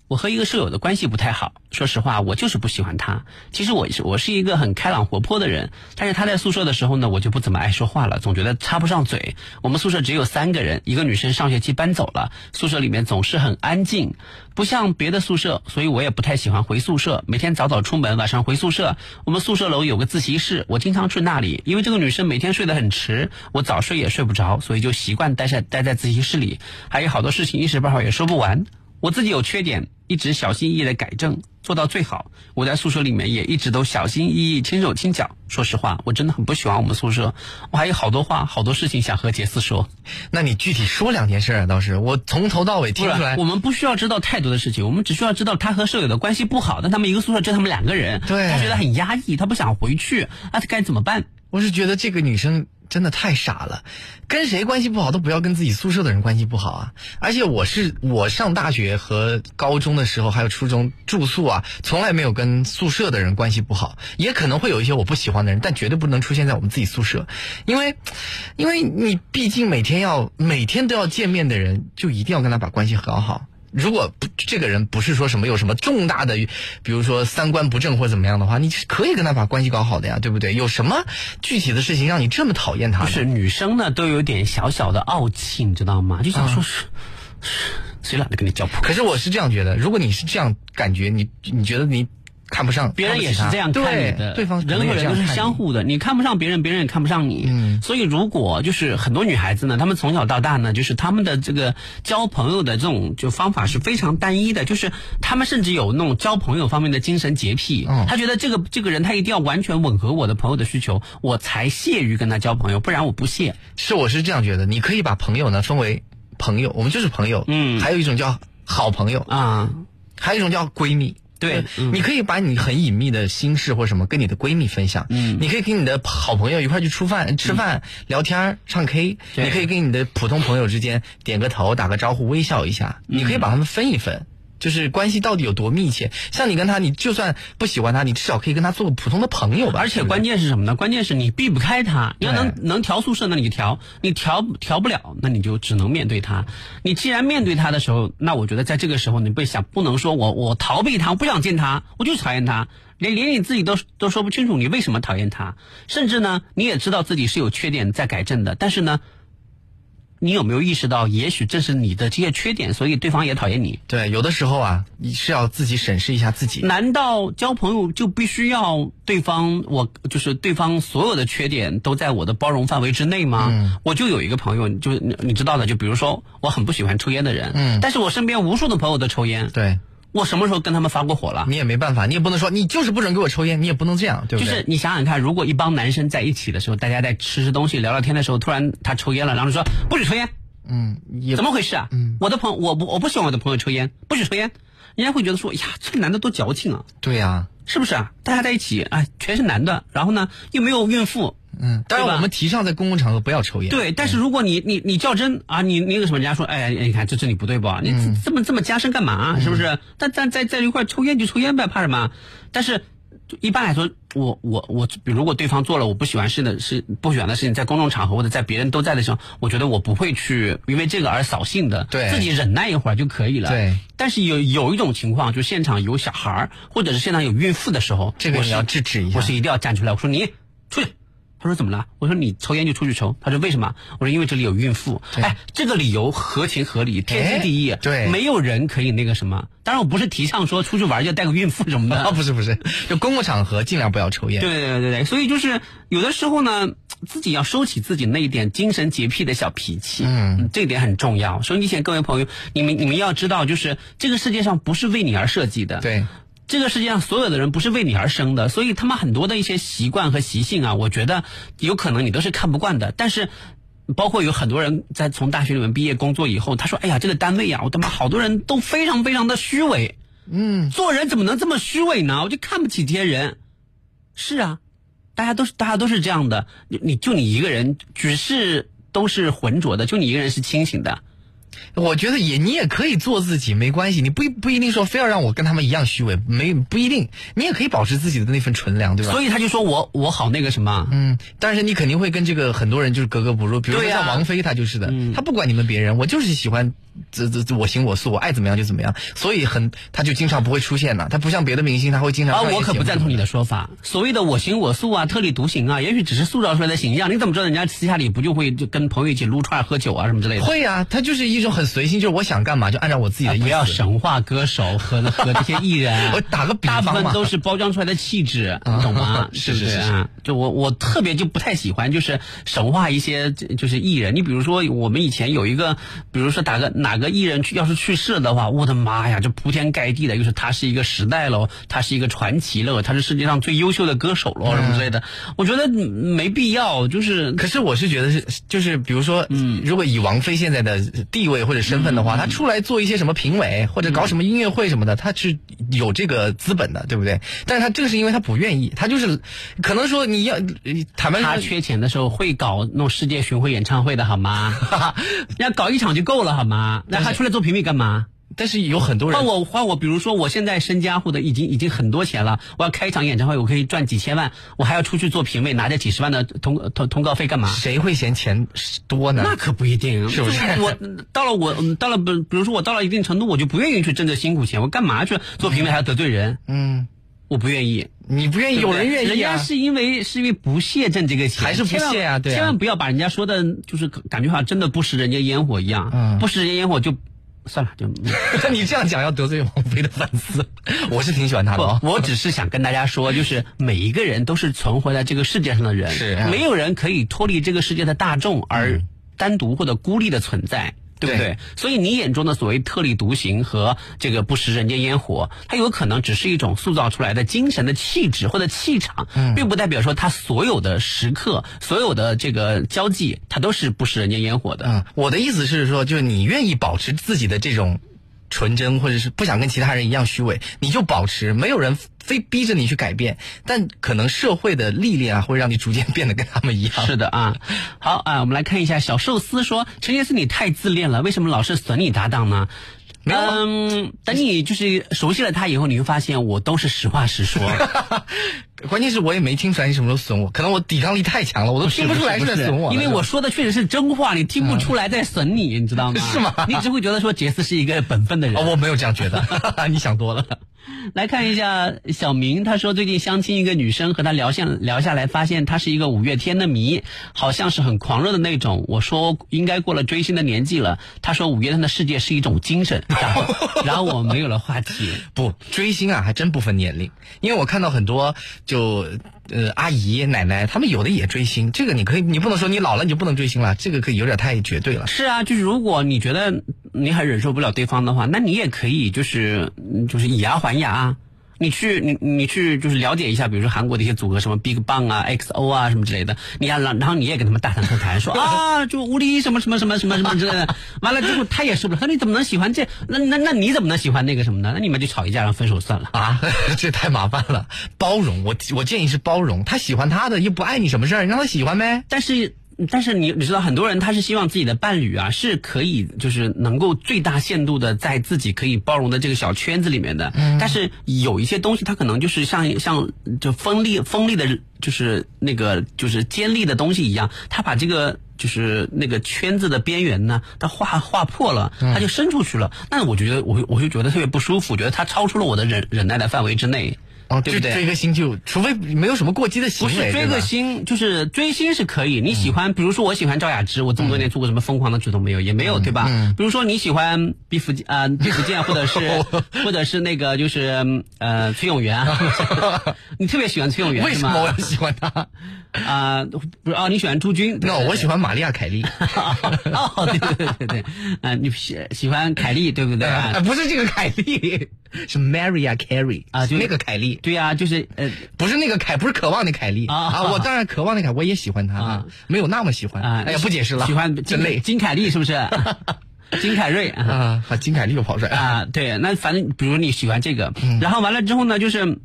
[SPEAKER 2] 我和一个舍友的关系不太好。说实话，我就是不喜欢他。其实我是我是一个很开朗活泼的人，但是他在宿舍的时候呢，我就不怎么爱说话了，总觉得插不上嘴。我们宿舍只有三个人，一个女生上学期搬走了，宿舍里面总是很安静，不像别的宿舍，所以我也不太喜欢回宿舍。每天早早出门，晚上回宿舍。我们宿舍楼有个自习室，我经常去那里，因为这个女生每天睡得很迟，我早睡也睡不着，所以就习惯待在待在自习室里。还有好多事情一时半会儿也说不完。我自己有缺点，一直小心翼翼的改正，做到最好。我在宿舍里面也一直都小心翼翼、轻手轻脚。说实话，我真的很不喜欢我们宿舍。我还有好多话、好多事情想和杰斯说。
[SPEAKER 3] 那你具体说两件事啊，倒是我从头到尾听
[SPEAKER 2] 不
[SPEAKER 3] 出
[SPEAKER 2] 是
[SPEAKER 3] 来，
[SPEAKER 2] 我们不需要知道太多的事情，我们只需要知道他和舍友的关系不好，但他们一个宿舍就他们两个人，
[SPEAKER 3] 对
[SPEAKER 2] 他觉得很压抑，他不想回去，啊那他该怎么办？
[SPEAKER 3] 我是觉得这个女生真的太傻了，跟谁关系不好都不要跟自己宿舍的人关系不好啊！而且我是我上大学和高中的时候，还有初中住宿啊，从来没有跟宿舍的人关系不好，也可能会有一些我不喜欢的人，但绝对不能出现在我们自己宿舍，因为因为你毕竟每天要每天都要见面的人，就一定要跟他把关系搞好。如果不这个人不是说什么有什么重大的，比如说三观不正或怎么样的话，你是可以跟他把关系搞好的呀，对不对？有什么具体的事情让你这么讨厌他
[SPEAKER 2] 不
[SPEAKER 3] 呢？
[SPEAKER 2] 是女生呢，都有点小小的傲气，你知道吗？就
[SPEAKER 3] 啊
[SPEAKER 2] 想说，是是谁懒得跟你交朋友？
[SPEAKER 3] 可是我是这样觉得，如果你是这样感觉，你你觉得你看不上，
[SPEAKER 2] 别人
[SPEAKER 3] 看不起
[SPEAKER 2] 也是
[SPEAKER 3] 他
[SPEAKER 2] 这样看
[SPEAKER 3] 对
[SPEAKER 2] 你的，
[SPEAKER 3] 对方可
[SPEAKER 2] 人
[SPEAKER 3] 能
[SPEAKER 2] 和
[SPEAKER 3] 也
[SPEAKER 2] 人
[SPEAKER 3] 这样
[SPEAKER 2] 都是
[SPEAKER 3] 看
[SPEAKER 2] 相
[SPEAKER 3] 你
[SPEAKER 2] 互的，你看不上别人，别人也看不上你。嗯，所以如果就是很多女孩子呢，她们从小到大呢，就是她们的这个交朋友的这种就方法是非常单一的，就是她们甚至有那种交朋友方面的精神洁癖。嗯，
[SPEAKER 3] 哦
[SPEAKER 2] 她觉得这个这个人他一定要完全吻合我的朋友的需求，我才屑于跟他交朋友，不然我不屑。
[SPEAKER 3] 是，我是这样觉得。你可以把朋友呢分为朋友，我们就是朋友。嗯，还有一种叫好朋友
[SPEAKER 2] 啊，
[SPEAKER 3] 还有一种叫闺蜜。嗯
[SPEAKER 2] 对，嗯
[SPEAKER 3] 你可以把你很隐秘的心事或什么跟你的闺蜜分享。嗯，你可以跟你的好朋友一块儿去吃饭、吃饭、聊天儿、唱 K。
[SPEAKER 2] 嗯对
[SPEAKER 3] 你可以跟你的普通朋友之间点个头、打个招呼、微笑一下。
[SPEAKER 2] 嗯
[SPEAKER 3] 你可以把他们分一分。就是关系到底有多密切？像你跟他，你就算不喜欢他，你至少可以跟他做个普通的朋友吧。
[SPEAKER 2] 而且
[SPEAKER 3] 对不对
[SPEAKER 2] 关键是什么呢？关键是你避不开他，你要
[SPEAKER 3] 对
[SPEAKER 2] 能能调宿舍，那你就调；你调调不了，那你就只能面对他。你既然面对他的时候，那我觉得在这个时候，你不想不能说我我逃避他，我不想见他，我就讨厌他。连连你自己都都说不清楚你为什么讨厌他，甚至呢，你也知道自己是有缺点在改正的，但是呢，你有没有意识到，也许正是你的这些缺点，所以对方也讨厌你？
[SPEAKER 3] 对，有的时候啊，你是要自己审视一下自己。
[SPEAKER 2] 难道交朋友就必须要对方我就是对方所有的缺点都在我的包容范围之内吗？
[SPEAKER 3] 嗯
[SPEAKER 2] 我就有一个朋友，就你你知道的，就比如说我很不喜欢抽烟的人，
[SPEAKER 3] 嗯
[SPEAKER 2] 但是我身边无数的朋友都抽烟，
[SPEAKER 3] 对，
[SPEAKER 2] 我什么时候跟他们发过火了？
[SPEAKER 3] 你也没办法，你也不能说你就是不准给我抽烟，你也不能这样，对
[SPEAKER 2] 就
[SPEAKER 3] 不对？
[SPEAKER 2] 是你想想看，如果一帮男生在一起的时候，大家在吃吃东西、聊聊天的时候，突然他抽烟了，然后说不许抽烟，
[SPEAKER 3] 嗯，也嗯
[SPEAKER 2] 怎么回事啊？我的朋我不我不喜欢我的朋友抽烟，不许抽烟，人家会觉得说，哎呀，这个男的多矫情啊。
[SPEAKER 3] 对呀、
[SPEAKER 2] 是不是啊？大家在一起，哎，全是男的，然后呢，又没有孕妇，
[SPEAKER 3] 嗯，当
[SPEAKER 2] 对吧
[SPEAKER 3] 然我们提倡在公共场合不要抽烟。，
[SPEAKER 2] 对。但是如果你你你较真啊，你那个什么，人家说，哎，你看这这你不对吧？你这
[SPEAKER 3] 嗯
[SPEAKER 2] 这么这么加深干嘛、啊是不是？但但在在一块儿抽烟就抽烟呗，怕什么？啊但是就一般来说，我我我，比如如果对方做了我不喜欢事的事，不喜欢的事情，在公众场合或者在别人都在的时候，我觉得我不会去因为这个而扫兴的，
[SPEAKER 3] 对
[SPEAKER 2] 自己忍耐一会儿就可以了。
[SPEAKER 3] 对。
[SPEAKER 2] 但是有有一种情况，就现场有小孩儿，或者是现场有孕妇的时候，
[SPEAKER 3] 这个
[SPEAKER 2] 我
[SPEAKER 3] 你
[SPEAKER 2] 是
[SPEAKER 3] 要制止一下
[SPEAKER 2] 我是一定要站出来，我说你出去。他说怎么了？我说你抽烟就出去抽。他说为什么？我说因为这里有孕妇。
[SPEAKER 3] 对
[SPEAKER 2] 哎，这个理由合情合理，天经
[SPEAKER 3] 哎
[SPEAKER 2] 地义。
[SPEAKER 3] 对
[SPEAKER 2] 没有人可以那个什么。当然，我不是提倡说出去玩就带个孕妇什么的
[SPEAKER 3] 啊，，不是不是，就公共场合尽量不要抽烟。
[SPEAKER 2] 对对对对，所以就是有的时候呢，自己要收起自己那一点精神洁癖的小脾气，
[SPEAKER 3] 嗯，
[SPEAKER 2] 这一点很重要。所以以前各位朋友，你们你们要知道，就是这个世界上不是为你而设计的，。
[SPEAKER 3] 对
[SPEAKER 2] 这个世界上所有的人不是为你而生的，所以他们很多的一些习惯和习性啊，我觉得有可能你都是看不惯的。但是，包括有很多人在从大学里面毕业工作以后，他说：“哎呀，这个单位呀、我他妈好多人都非常非常的虚伪，嗯，做人怎么能这么虚伪呢？我就看不起这些人。”是啊，大家都是大家都是这样的，你你就你一个人，举世都是浑浊的，就你一个人是清醒的。
[SPEAKER 3] 我觉得也你也可以做自己，没关系，你不一不一定说非要让我跟他们一样虚伪，没不一定，你也可以保持自己的那份纯良，对吧？
[SPEAKER 2] 所以他就说我我好那个什么，啊
[SPEAKER 3] 嗯，但是你肯定会跟这个很多人就是格格不入，比如说
[SPEAKER 2] 对呀嗯
[SPEAKER 3] 像王菲，她就是的，她不管你们别人，我就是喜欢这这这我行我素，我爱怎么样就怎么样，所以很她就经常不会出现了，她不像别的明星，她会经常
[SPEAKER 2] 啊，
[SPEAKER 3] 上一些
[SPEAKER 2] 我可不赞同你的说法。所谓的我行我素啊，特立独行啊，也许只是塑造出来的形象。你怎么知道人家私下里不就会就跟朋友一起撸串儿、喝酒啊什么之类
[SPEAKER 3] 节
[SPEAKER 2] 的？
[SPEAKER 3] 目。会啊，她就是一种很随性，就是我想干嘛就按照我自己
[SPEAKER 2] 啊
[SPEAKER 3] 的意思。，
[SPEAKER 2] 不要神话歌手和和这些艺人啊
[SPEAKER 3] 我打个比
[SPEAKER 2] 大
[SPEAKER 3] 方嘛
[SPEAKER 2] 部分都是包装出来的气质，你懂 吗？
[SPEAKER 3] 是
[SPEAKER 2] 对不
[SPEAKER 3] 是
[SPEAKER 2] 对
[SPEAKER 3] 是
[SPEAKER 2] 啊？就我我特别就不太喜欢，就是神话一些就就是艺人。你比如说，我们以前有一个，比如说打个哪个艺人去要是去世的话，我的妈呀，这铺天盖地的，又是他是一个时代喽，他是一个传奇喽，他是世界上最优秀的歌手喽，什么之类的。我觉得没必要，就是
[SPEAKER 3] 嗯可是我是觉得是，就是比如说，嗯，如果以王菲现在的地位或者身份
[SPEAKER 2] 嗯
[SPEAKER 3] 的话，她出来做一些什么评委或者搞什么音乐会什么的，她是有这个资本的，对不对？但是她正是因为她不愿意，她就是可能说你要呃坦白
[SPEAKER 2] 他
[SPEAKER 3] 说，
[SPEAKER 2] 缺钱的时候会搞那种世界巡回演唱会的好 吗？ 人家搞一场就够了好吗？那还出来做评委干嘛？
[SPEAKER 3] 但是有很多人
[SPEAKER 2] 换我换我，比如说我现在身家或者已经已经很多钱了，我要开一场演唱会，我可以赚几千万，我还要出去做评委，拿着几十万的通通通告费干嘛？
[SPEAKER 3] 谁会嫌钱多呢？
[SPEAKER 2] 那可不一定，
[SPEAKER 3] 是不是
[SPEAKER 2] 就我到了我嗯到了不，比如说我到了一定程度，我就不愿意去挣这辛苦钱，我干嘛去做评委还要得罪人？
[SPEAKER 3] 嗯，
[SPEAKER 2] 我不愿意。
[SPEAKER 3] 你不愿意，
[SPEAKER 2] 对不
[SPEAKER 3] 有
[SPEAKER 2] 对
[SPEAKER 3] 人愿
[SPEAKER 2] 人
[SPEAKER 3] 意
[SPEAKER 2] 家
[SPEAKER 3] 啊。
[SPEAKER 2] 是因为是因为不屑挣这个钱，
[SPEAKER 3] 还是不屑啊
[SPEAKER 2] 千万
[SPEAKER 3] 对啊
[SPEAKER 2] 千万不要把人家说的，就是感觉好像真的不食人间烟火一样，
[SPEAKER 3] 嗯
[SPEAKER 2] 不食人间烟火就算了，就
[SPEAKER 3] 你这样讲要得罪王菲的粉丝，我是挺喜欢她的啊。
[SPEAKER 2] 不，我只是想跟大家说，就是每一个人都是存活在这个世界上的人，
[SPEAKER 3] 是啊
[SPEAKER 2] 没有人可以脱离这个世界的大众而单独或者孤立的存在。对不对？
[SPEAKER 3] 对
[SPEAKER 2] 所以你眼中的所谓特立独行和这个不食人间烟火，它有可能只是一种塑造出来的精神的气质或者气场，
[SPEAKER 3] 嗯
[SPEAKER 2] 并不代表说他所有的时刻、所有的这个交际，他都是不食人间烟火的。
[SPEAKER 3] 嗯，我的意思是说，就是你愿意保持自己的这种纯真，或者是不想跟其他人一样虚伪，你就保持，没有人非逼着你去改变。但可能社会的历练啊，会让你逐渐变得跟他们一样。
[SPEAKER 2] 是的啊，好啊，我们来看一下小寿司说：“陈杰斯，你太自恋了，为什么老是损你搭档呢？”
[SPEAKER 3] 没有啊
[SPEAKER 2] 嗯，等你就是熟悉了他以后，你会发现我都是实话实 说，
[SPEAKER 3] 关键是我也没听出来你什么时候损我，可能我抵抗力太强了，我都听不出来
[SPEAKER 2] 是
[SPEAKER 3] 在损我了。
[SPEAKER 2] 因为
[SPEAKER 3] 是吧嗯
[SPEAKER 2] 我说的确实是真话，你听不出来在损你，你知道吗？
[SPEAKER 3] 是吗
[SPEAKER 2] 你只会觉得说杰斯是一个本分的人。
[SPEAKER 3] 哦，我没有这样觉得， 你想多了。
[SPEAKER 2] 来看一下小明，他说最近相亲一个女生，和他聊下聊下来，发现她是一个五月天的迷，好像是很狂热的那种。我说应该过了追星的年纪了，他说五月天的世界是一种精神，然后然后我没有了话题。
[SPEAKER 3] 不，追星啊，还真不分年龄，因为我看到很多就呃阿姨奶奶，他们有的也追星，这个你可以，你不能说你老了你就不能追星了，这个可以有点太绝对了。
[SPEAKER 2] 是啊，就是如果你觉得你很忍受不了对方的话，那你也可以就是嗯就是以牙还牙啊。你去你你去就是了解一下，比如说韩国的一些组合，什么 Big Bang 啊、XO 啊什么之类的，你要让然后你也跟他们大谈特谈，说啊就无敌什么什么什么什么什么之类的，完了之后他也受不了，他说你怎么能喜欢这？那那那你怎么能喜欢那个什么呢？那你们就吵一架，然后分手算了。
[SPEAKER 3] 啊， 这太麻烦了。包容，我我建议是包容。他喜欢他的，又不碍你什么事儿，你让他喜欢呗。
[SPEAKER 2] 但是但是你你知道，很多人他是希望自己的伴侣啊是可以就是能够最大限度的在自己可以包容的这个小圈子里面的，但是有一些东西它可能就是像像就锋利锋利的，就是那个就是尖利的东西一样，它把这个。就是那个圈子的边缘呢，它划划破了，它就伸出去了。那我觉得我我就觉得特别不舒服，觉得它超出了我的忍忍耐的范围之内。
[SPEAKER 3] 哦，
[SPEAKER 2] 对不对
[SPEAKER 3] 追追个星就，除非没有什么过激的行
[SPEAKER 2] 不
[SPEAKER 3] 为，
[SPEAKER 2] 是追
[SPEAKER 3] 对吧
[SPEAKER 2] 个星，就是追星是可以。你喜欢，比如说我喜欢赵雅芝，我这么多年做过什么疯狂的举动没有？也没有，对吧？
[SPEAKER 3] 嗯
[SPEAKER 2] 比如说你喜欢毕福剑啊，毕福剑，或者 是或者是那个就是呃崔永元啊， 你特别喜欢崔永元
[SPEAKER 3] 为
[SPEAKER 2] 是
[SPEAKER 3] 什
[SPEAKER 2] 吗
[SPEAKER 3] 么我要喜欢 他
[SPEAKER 2] 啊？不是啊，你喜欢朱军？对
[SPEAKER 3] ？no，我喜欢玛利亚 凯莉。
[SPEAKER 2] 哦，对对对对对，啊，你喜喜欢凯莉对不对？啊
[SPEAKER 3] 啊，不是这个凯莉，是 Maria Carey
[SPEAKER 2] 啊就是
[SPEAKER 3] 那个凯莉，
[SPEAKER 2] 对呀、就是呃
[SPEAKER 3] 不是那个凯，不是渴望的凯莉
[SPEAKER 2] 啊
[SPEAKER 3] 我当然渴望的凯，我也喜欢她啊，没有那么喜欢。
[SPEAKER 2] 啊，
[SPEAKER 3] 哎呀，不解释了，
[SPEAKER 2] 喜欢
[SPEAKER 3] 真
[SPEAKER 2] 金
[SPEAKER 3] 累
[SPEAKER 2] 金凯莉是不 是？金凯瑞啊。
[SPEAKER 3] 啊！把金凯莉又跑出来了。
[SPEAKER 2] 啊，对，那反正比如你喜欢这个，然后完了之后呢，就是，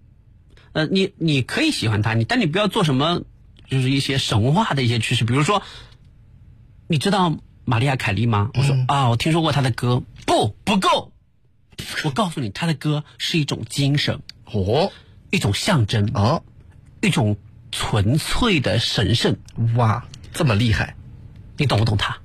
[SPEAKER 2] 呃，你你可以喜欢他，你但你不要做什么，就是一些神话的一些趋势，比如说，你知道玛利亚凯莉吗？我说、啊，我听说过她的歌，不不够，我告诉你，她的歌是一种精神，
[SPEAKER 3] 哦
[SPEAKER 2] 一种象征，
[SPEAKER 3] 哦，
[SPEAKER 2] 一种纯粹的神圣，
[SPEAKER 3] 哇，这么厉害，
[SPEAKER 2] 你懂不懂他？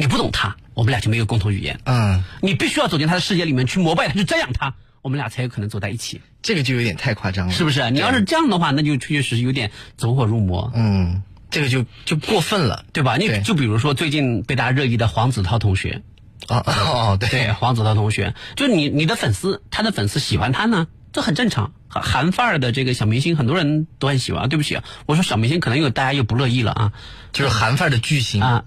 [SPEAKER 2] 你不懂他，我们俩就没有共同语言。
[SPEAKER 3] 嗯，
[SPEAKER 2] 你必须要走进他的世界里面去膜拜他，去瞻仰他，我们俩才有可能走在一起。
[SPEAKER 3] 这个就有点太夸张了，
[SPEAKER 2] 是不是？你要是这样的话，那就确确实实有点走火入魔，
[SPEAKER 3] 嗯，这个就就过分了
[SPEAKER 2] 对吧？你
[SPEAKER 3] 对
[SPEAKER 2] 就比如说最近被大家热议的黄子韬同学，
[SPEAKER 3] 啊！哦，
[SPEAKER 2] 对
[SPEAKER 3] 对，
[SPEAKER 2] 黄子韬同学，就你你的粉丝，他的粉丝喜欢他呢，这很正常。韩韩范儿的这个小明星，很多人都很喜欢。对不起啊，我说小明星可能又大家又不乐意了啊
[SPEAKER 3] 就是韩范儿的巨星，
[SPEAKER 2] 啊！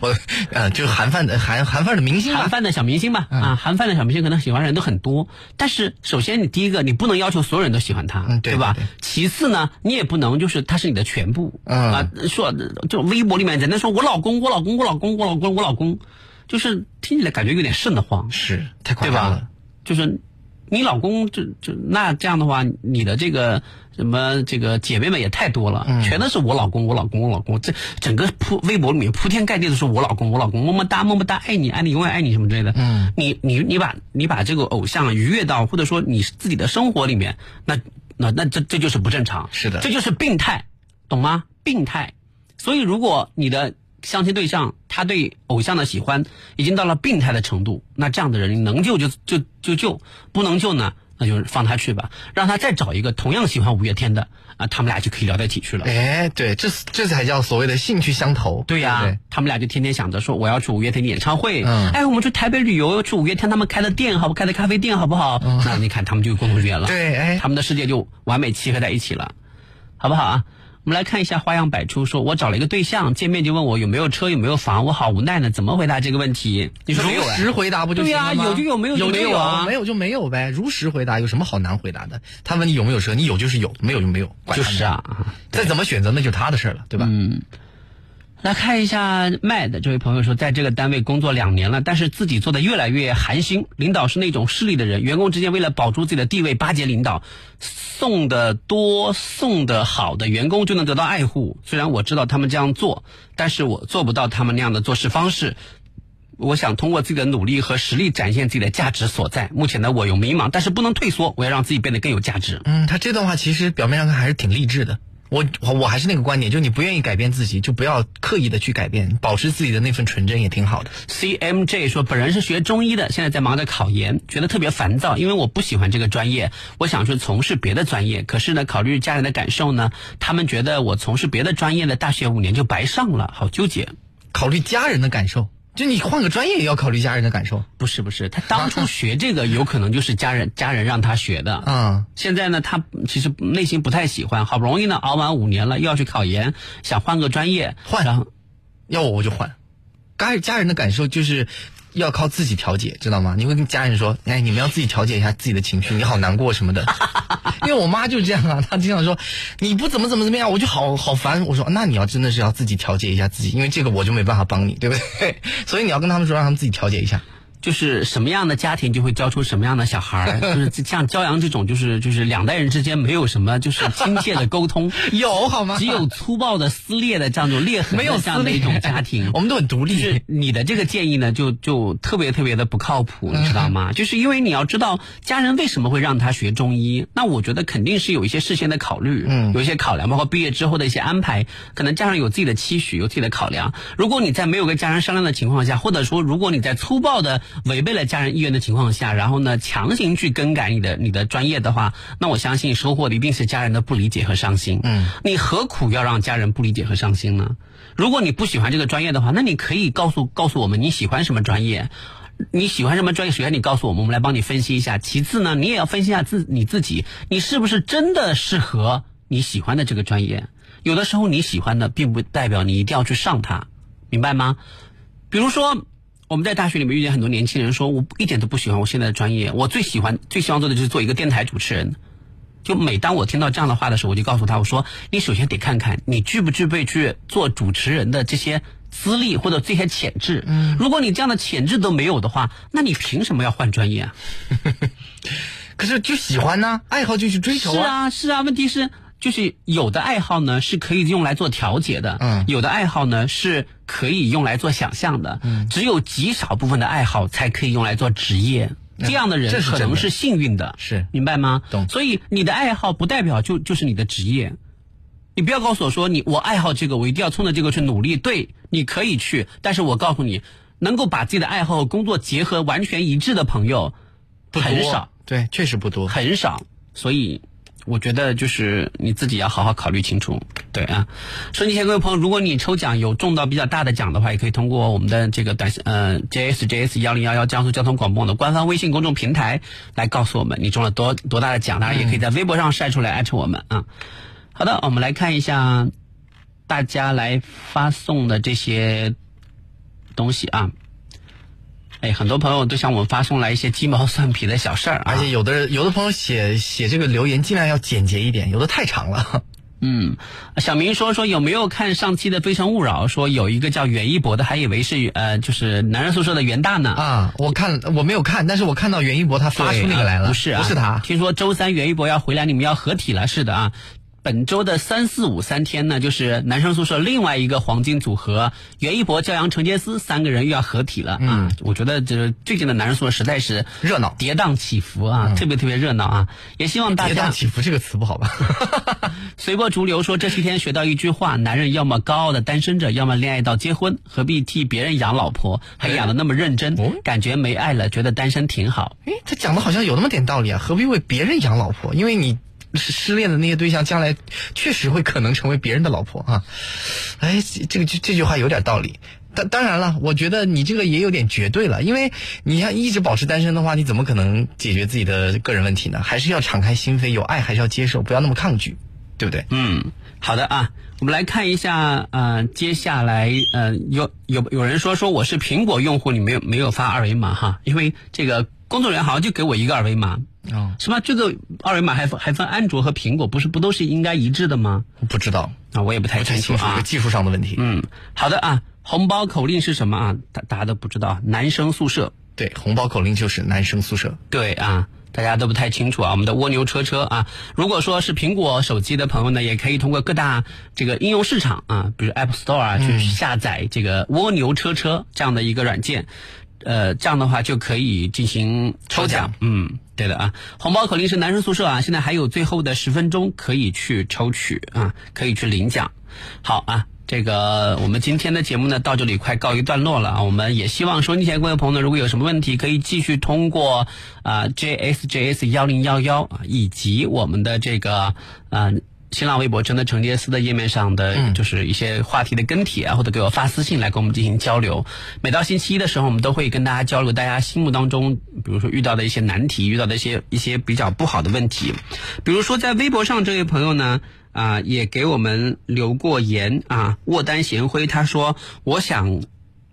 [SPEAKER 3] 我嗯，就是韩范的韩韩范儿的明星
[SPEAKER 2] 韩
[SPEAKER 3] 吧。嗯
[SPEAKER 2] 范的小明星吧，啊，韩范的小明星可能喜欢人都很多，但是首先你第一个，你不能要求所有人都喜欢他，
[SPEAKER 3] 嗯对
[SPEAKER 2] 吧
[SPEAKER 3] 对对？
[SPEAKER 2] 其次呢，你也不能就是他是你的全部，
[SPEAKER 3] 嗯
[SPEAKER 2] 啊，说就微博里面人家说我老公，我老公，我老公，我老公，我老公，就是听起来感觉有点瘆得慌，
[SPEAKER 3] 是太夸
[SPEAKER 2] 对
[SPEAKER 3] 张
[SPEAKER 2] 吧
[SPEAKER 3] 了，？
[SPEAKER 2] 就是你老公就就那这样的话，你的这个什么这个姐妹们也太多了，
[SPEAKER 3] 嗯
[SPEAKER 2] 全都是我老公，我老公，我老公，这整个铺微博里面铺天盖地的说我老公，我老公，么么哒，么么哒，爱你，爱你，永远爱你什么之类的。嗯，你你你把你把这个偶像愉悦到，或者说你自己的生活里面，那那那这这就是不正常，
[SPEAKER 3] 是的
[SPEAKER 2] 这就是病态，懂吗？病态。所以，如果你的相亲对象他对偶像的喜欢已经到了病态的程度，那这样的人能救就就就救，不能救呢，那就放他去吧，让他再找一个同样喜欢五月天的啊，他们俩就可以聊到一起去了。
[SPEAKER 3] 哎，对，这这才叫所谓的兴趣相投。
[SPEAKER 2] 对呀、
[SPEAKER 3] 对嗯
[SPEAKER 2] 他们俩就天天想着说我要去五月天的演唱会，哎，我们去台北旅游，去五月天他们开的店好不开的咖啡店好不好？那你看他们就有共同语言了，
[SPEAKER 3] 嗯对哎
[SPEAKER 2] 他们的世界就完美契合在一起了，好不好啊？我们来看一下花样百出，说我找了一个对象，见面就问我有没有车有没有房，我好无奈呢，怎么回答这个问题？你说没有、
[SPEAKER 3] 如
[SPEAKER 2] 哎
[SPEAKER 3] 实回答不就行了吗？
[SPEAKER 2] 对呀有就有没有就
[SPEAKER 3] 有
[SPEAKER 2] 没有
[SPEAKER 3] 有
[SPEAKER 2] 啊
[SPEAKER 3] 没有就没有呗。如实回答有什么好难回答的？他问你有没有车，你有就是有，没有就没有，管
[SPEAKER 2] 就
[SPEAKER 3] 他
[SPEAKER 2] 是啊，
[SPEAKER 3] 再怎么选择那就是他的事儿了，对吧？
[SPEAKER 2] 嗯。来看一下麦的这位朋友说，在这个单位工作两年了，但是自己做的越来越寒心。领导是那种势利的人，员工之间为了保住自己的地位巴结领导，送的多送的好的员工就能得到爱护。虽然我知道他们这样做，但是我做不到他们那样的做事方式。我想通过自己的努力和实力展现自己的价值所在。目前呢，我有迷茫，但是不能退缩，我要让自己变得更有价值。
[SPEAKER 3] 嗯，他这段话其实表面上看还是挺励志的。我我我还是那个观点，就你不愿意改变自己，就不要刻意的去改变，保持自己的那份纯真也挺好的。
[SPEAKER 2] CMJ 说，本人是学中医的，现在在忙着考研，觉得特别烦躁，因为我不喜欢这个专业，我想去从事别的专业。可是呢，考虑家人的感受呢，他们觉得我从事别的专业的大学五年就白上了，好纠结。
[SPEAKER 3] 考虑家人的感受，就你换个专业也要考虑家人的感受。
[SPEAKER 2] 不是不是，他当初学这个有可能就是家人家人让他学的，
[SPEAKER 3] 嗯，
[SPEAKER 2] 现在呢，他其实内心不太喜欢，好不容易呢熬完五年了，又要去考研，想换个专业，
[SPEAKER 3] 换
[SPEAKER 2] 然后
[SPEAKER 3] 要我我就换。家家人的感受就是要靠自己调节，知道吗？你会跟家人说，哎，你们要自己调节一下自己的情绪，你好难过什么的。因为我妈就是这样啊，她经常说你不怎么怎么怎么样，我就好好烦。我说那你要真的是要自己调节一下自己，因为这个我就没办法帮你，对不对？ 所以你要跟他们说，让他们自己调节一下。
[SPEAKER 2] 就是什么样的家庭就会教出什么样的小孩儿，就是像骄阳这种，就是就是两代人之间没有什么就是亲切的沟通，
[SPEAKER 3] 有好吗
[SPEAKER 2] 只有粗暴的撕裂的这样一种裂痕的
[SPEAKER 3] 没有
[SPEAKER 2] 这样的
[SPEAKER 3] 撕裂。
[SPEAKER 2] 一种家庭
[SPEAKER 3] 我们都很独
[SPEAKER 2] 就
[SPEAKER 3] 立
[SPEAKER 2] 是。 你的这个建议呢，就就特别特别的不靠谱，你知道吗？就是因为你要知道家人为什么会让他学中医，那我觉得肯定是有一些事先的考虑，
[SPEAKER 3] 嗯
[SPEAKER 2] 有一些考量，包括毕业之后的一些安排，可能家长有自己的期许，有自己的考量。如果你在没有跟家人商量的情况下，或者说如果你在粗暴的违背了家人意愿的情况下，然后呢强行去更改你的你的专业的话，那我相信收获的一定是家人的不理解和伤心。
[SPEAKER 3] 嗯，
[SPEAKER 2] 你何苦要让家人不理解和伤心呢？如果你不喜欢这个专业的话，那你可以告诉告诉我们你喜欢什么专业。你喜欢什么专业？首先你告诉我们，我们来帮你分析一下。其次呢，你也要分析一下自你自己，你是不是真的适合你喜欢的这个专业？有的时候你喜欢的，并不代表你一定要去上它，明白吗？比如说，我们在大学里面遇见很多年轻人说，我一点都不喜欢我现在的专业，我最喜欢最希望做的就是做一个电台主持人。就每当我听到这样的话的时候，我就告诉他，我说你首先得看看你具不具备去做主持人的这些资历或者这些潜质。嗯，如果你这样的潜质都没有的话，那你凭什么要换专业啊？
[SPEAKER 3] 可是就喜欢呢、爱好就去追求
[SPEAKER 2] 是啊，是啊，问题是就是有的爱好呢是可以用来做调节的，
[SPEAKER 3] 嗯
[SPEAKER 2] 有的爱好呢是可以用来做想象的，嗯，只有极少部分的爱好才可以用来做职业。这样的
[SPEAKER 3] 嗯这
[SPEAKER 2] 人
[SPEAKER 3] 是
[SPEAKER 2] 可
[SPEAKER 3] 真
[SPEAKER 2] 能
[SPEAKER 3] 的
[SPEAKER 2] 是幸运的，
[SPEAKER 3] 是
[SPEAKER 2] 明白吗？
[SPEAKER 3] 懂
[SPEAKER 2] 所以你的爱好不代表就就是你的职业，你不要告诉我说你我爱好这个，我一定要冲着这个去努力。对，你可以去，但是我告诉你，能够把自己的爱好和工作结合完全一致的朋友
[SPEAKER 3] 不多
[SPEAKER 2] 很少，，
[SPEAKER 3] 对，确实不多。
[SPEAKER 2] 很少，所以我觉得就是你自己要好好考虑清楚。对啊，收音机前各位朋友，如果你抽奖有中到比较大的奖的话，也可以通过我们的这个短信呃 JSJS 幺零幺幺江苏交通广播网的官方微信公众平台来告诉我们你中了多多大的奖，当然也可以在微博上晒出来艾特我们啊。好的，我们来看一下大家来发送的这些东西啊。哎，很多朋友都向我们发送来一些鸡毛蒜皮的小事儿啊，
[SPEAKER 3] 而且有的有的朋友写写这个留言尽量要简洁一点，有的太长了。
[SPEAKER 2] 嗯，小明说说有没有看上期的《非诚勿扰》？说有一个叫袁一博的，还以为是呃，就是男人宿舍的袁大呢。
[SPEAKER 3] 啊，我看我没有看，但是我看到袁一博他发
[SPEAKER 2] 对
[SPEAKER 3] 出那个来了，
[SPEAKER 2] 啊不是啊，
[SPEAKER 3] 不是他，
[SPEAKER 2] 听说周三袁一博要回来，你们要合体了，是的啊。本周的三四五三天呢，就是男生宿舍另外一个黄金组合袁一博、焦阳、陈杰斯三个人又要合体
[SPEAKER 3] 嗯
[SPEAKER 2] 了、啊！我觉得这最近的男生宿舍实在是热闹、跌宕起伏啊，特别特别热闹啊！也希望大
[SPEAKER 3] 嗯跌
[SPEAKER 2] 家
[SPEAKER 3] 宕起伏这个词不好吧？
[SPEAKER 2] 随波逐流说，这些天学到一句话：男人要么高傲的单身着，要么恋爱到结婚，何必替别人养老婆，还养的那么认真？感觉没爱了，觉得单身挺好。
[SPEAKER 3] 哎，他讲的好像有那么点道理啊，何必为别人养老婆？因为你失失恋的那些对象，将来确实会可能成为别人的老婆啊。哎，这这个这这句话有点道理。当当然了，我觉得你这个也有点绝对了，因为你要一直保持单身的话，你怎么可能解决自己的个人问题呢？还是要敞开心扉，有爱还是要接受，不要那么抗拒，对不对？
[SPEAKER 2] 嗯，好的啊，我们来看一下，呃，接下来，呃，有有有人说说我是苹果用户，你没有没有发二维码哈，因为这个工作人员好像就给我一个二维码，
[SPEAKER 3] 哦，
[SPEAKER 2] 是吧？这个二维码还分还分安卓和苹果，不是不都是应该一致的吗？
[SPEAKER 3] 不知道，
[SPEAKER 2] 啊，我也不太
[SPEAKER 3] 不太
[SPEAKER 2] 清楚
[SPEAKER 3] 清楚这
[SPEAKER 2] 啊
[SPEAKER 3] 个。技术上的问题。
[SPEAKER 2] 嗯，好的啊，红包口令是什么啊？大大家都不知道，啊男生宿舍。
[SPEAKER 3] 对，红包口令就是男生宿舍。
[SPEAKER 2] 对啊，大家都不太清楚啊。我们的蜗牛车车啊，如果说是苹果手机的朋友呢，也可以通过各大这个应用市场啊，比如 App Store 啊，去下载这个蜗牛车车这样的一个软件。呃，这样的话就可以进行抽奖。嗯，对的啊，红包口令是男生宿舍啊，现在还有最后的十分钟可以去抽取啊，可以去领奖。好啊。这个我们今天的节目呢，到这里快告一段落了啊！我们也希望收听前各位朋友呢，如果有什么问题，可以继续通过啊、JSJS 幺零幺幺啊，以及我们的这个啊、新浪微博“真的程杰斯”的页面上的，就是一些话题的跟帖啊，或者给我发私信来跟我们进行交流。每到星期一的时候，我们都会跟大家交流大家心目当中，比如说遇到的一些难题，遇到的一些一些比较不好的问题，比如说在微博上这位朋友呢。啊，也给我们留过言啊。沃丹贤辉他说：“我想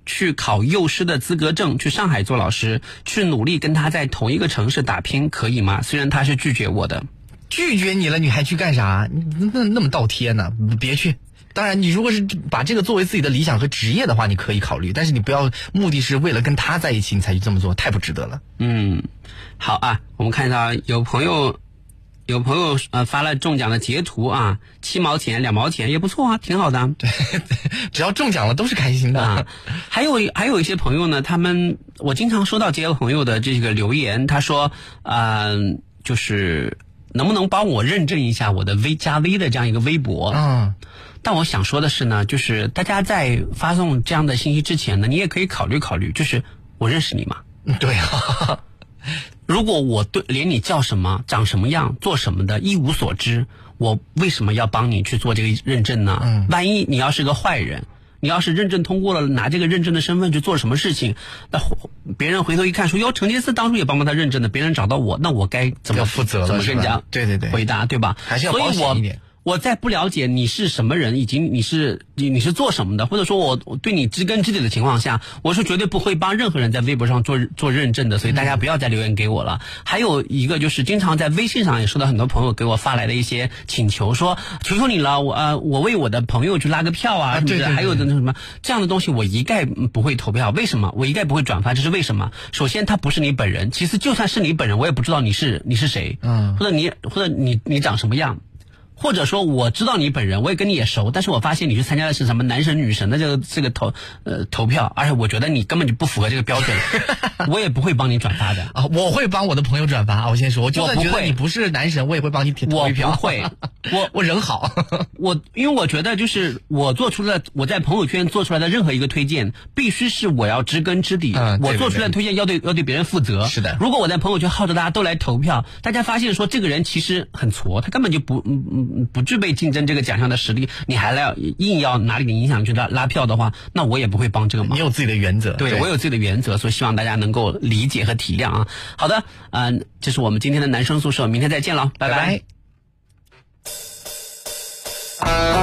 [SPEAKER 2] 去考幼师的资格证，去上海做老师，去努力跟他在同一个城市打拼，可以吗？”虽然他是拒绝我的，
[SPEAKER 3] 拒绝你了，你还去干啥？你那那么倒贴呢？别去。当然，你如果是把这个作为自己的理想和职业的话，你可以考虑，但是你不要目的是为了跟他在一起你才去这么做，太不值得了。
[SPEAKER 2] 嗯，好啊，我们看到有朋友。有朋友呃发了中奖的截图啊，七毛钱、两毛钱也不错啊，挺好的啊。
[SPEAKER 3] 只要中奖了都是开心的。
[SPEAKER 2] 啊，还有还有一些朋友呢，他们我经常收到这些朋友的这个留言，他说，嗯、就是能不能帮我认证一下我的 V 加 V 的这样一个微博？
[SPEAKER 3] 嗯，
[SPEAKER 2] 但我想说的是呢，就是大家在发送这样的信息之前呢，你也可以考虑考虑，就是我认识你吗？
[SPEAKER 3] 对啊，
[SPEAKER 2] 如果我对连你叫什么、长什么样、做什么的一无所知，我为什么要帮你去做这个认证呢？
[SPEAKER 3] 嗯
[SPEAKER 2] 万一你要是个坏人，你要是认证通过了，拿这个认证的身份去做什么事情，那或别人回头一看说哟，陈杰斯当初也帮帮他认证的，别人找到我，那我该怎么
[SPEAKER 3] 要负责了
[SPEAKER 2] 怎么跟人
[SPEAKER 3] 是吧
[SPEAKER 2] 家
[SPEAKER 3] 对对对
[SPEAKER 2] 回答对吧？
[SPEAKER 3] 还是要
[SPEAKER 2] 所
[SPEAKER 3] 保
[SPEAKER 2] 以
[SPEAKER 3] 险
[SPEAKER 2] 我
[SPEAKER 3] 一点
[SPEAKER 2] 我在不了解你是什么人，以及你是你你是做什么的，或者说我我对你知根知底的情况下，我是绝对不会帮任何人在微博上做做认证的，所以大家不要再留言给我了。还有一个就是，经常在微信上也收到很多朋友给我发来的一些请求，说求求你了，我呃我为我的朋友去拉个票啊
[SPEAKER 3] 啊
[SPEAKER 2] 什么的，
[SPEAKER 3] 对对对
[SPEAKER 2] 还有的那什么这样的东西，我一概不会投票，为什么？我一概不会转发，这是为什么？首先，他不是你本人，其次，就算是你本人，我也不知道你是你是谁，
[SPEAKER 3] 嗯
[SPEAKER 2] 或者你或者你你长什么样。或者说我知道你本人，我也跟你也熟，但是我发现你去参加的是什么男神女神的这个这个投呃投票，而且我觉得你根本就不符合这个标 准，我也不会帮你转发的。
[SPEAKER 3] 啊，我会帮我的朋友转发。我先说，我就
[SPEAKER 2] 我
[SPEAKER 3] 算
[SPEAKER 2] 不
[SPEAKER 3] 觉得
[SPEAKER 2] 会
[SPEAKER 3] 你不是男神，我也会帮你投
[SPEAKER 2] 我
[SPEAKER 3] 一票。
[SPEAKER 2] 不会，我
[SPEAKER 3] 我人好。
[SPEAKER 2] 我因为我觉得就是我做出了我在朋友圈做出来的任何一个推荐，必须是我要知根知底，
[SPEAKER 3] 嗯对
[SPEAKER 2] 我做出来的推荐要对要对别人负责。
[SPEAKER 3] 是的
[SPEAKER 2] 如果我在朋友圈号召大家都来投票，大家发现说这个人其实很挫，他根本就不嗯嗯嗯不具备竞争这个奖项的实力，你还来硬要拿你的影响去拉拉票的话，那我也不会帮这个忙
[SPEAKER 3] 你。有自己的原则，
[SPEAKER 2] 对我有自己的原则，所以希望大家能够理解和体谅啊。好的，嗯、这是我们今天的男生宿舍，明天再见了，
[SPEAKER 3] 拜
[SPEAKER 2] 拜
[SPEAKER 3] 拜。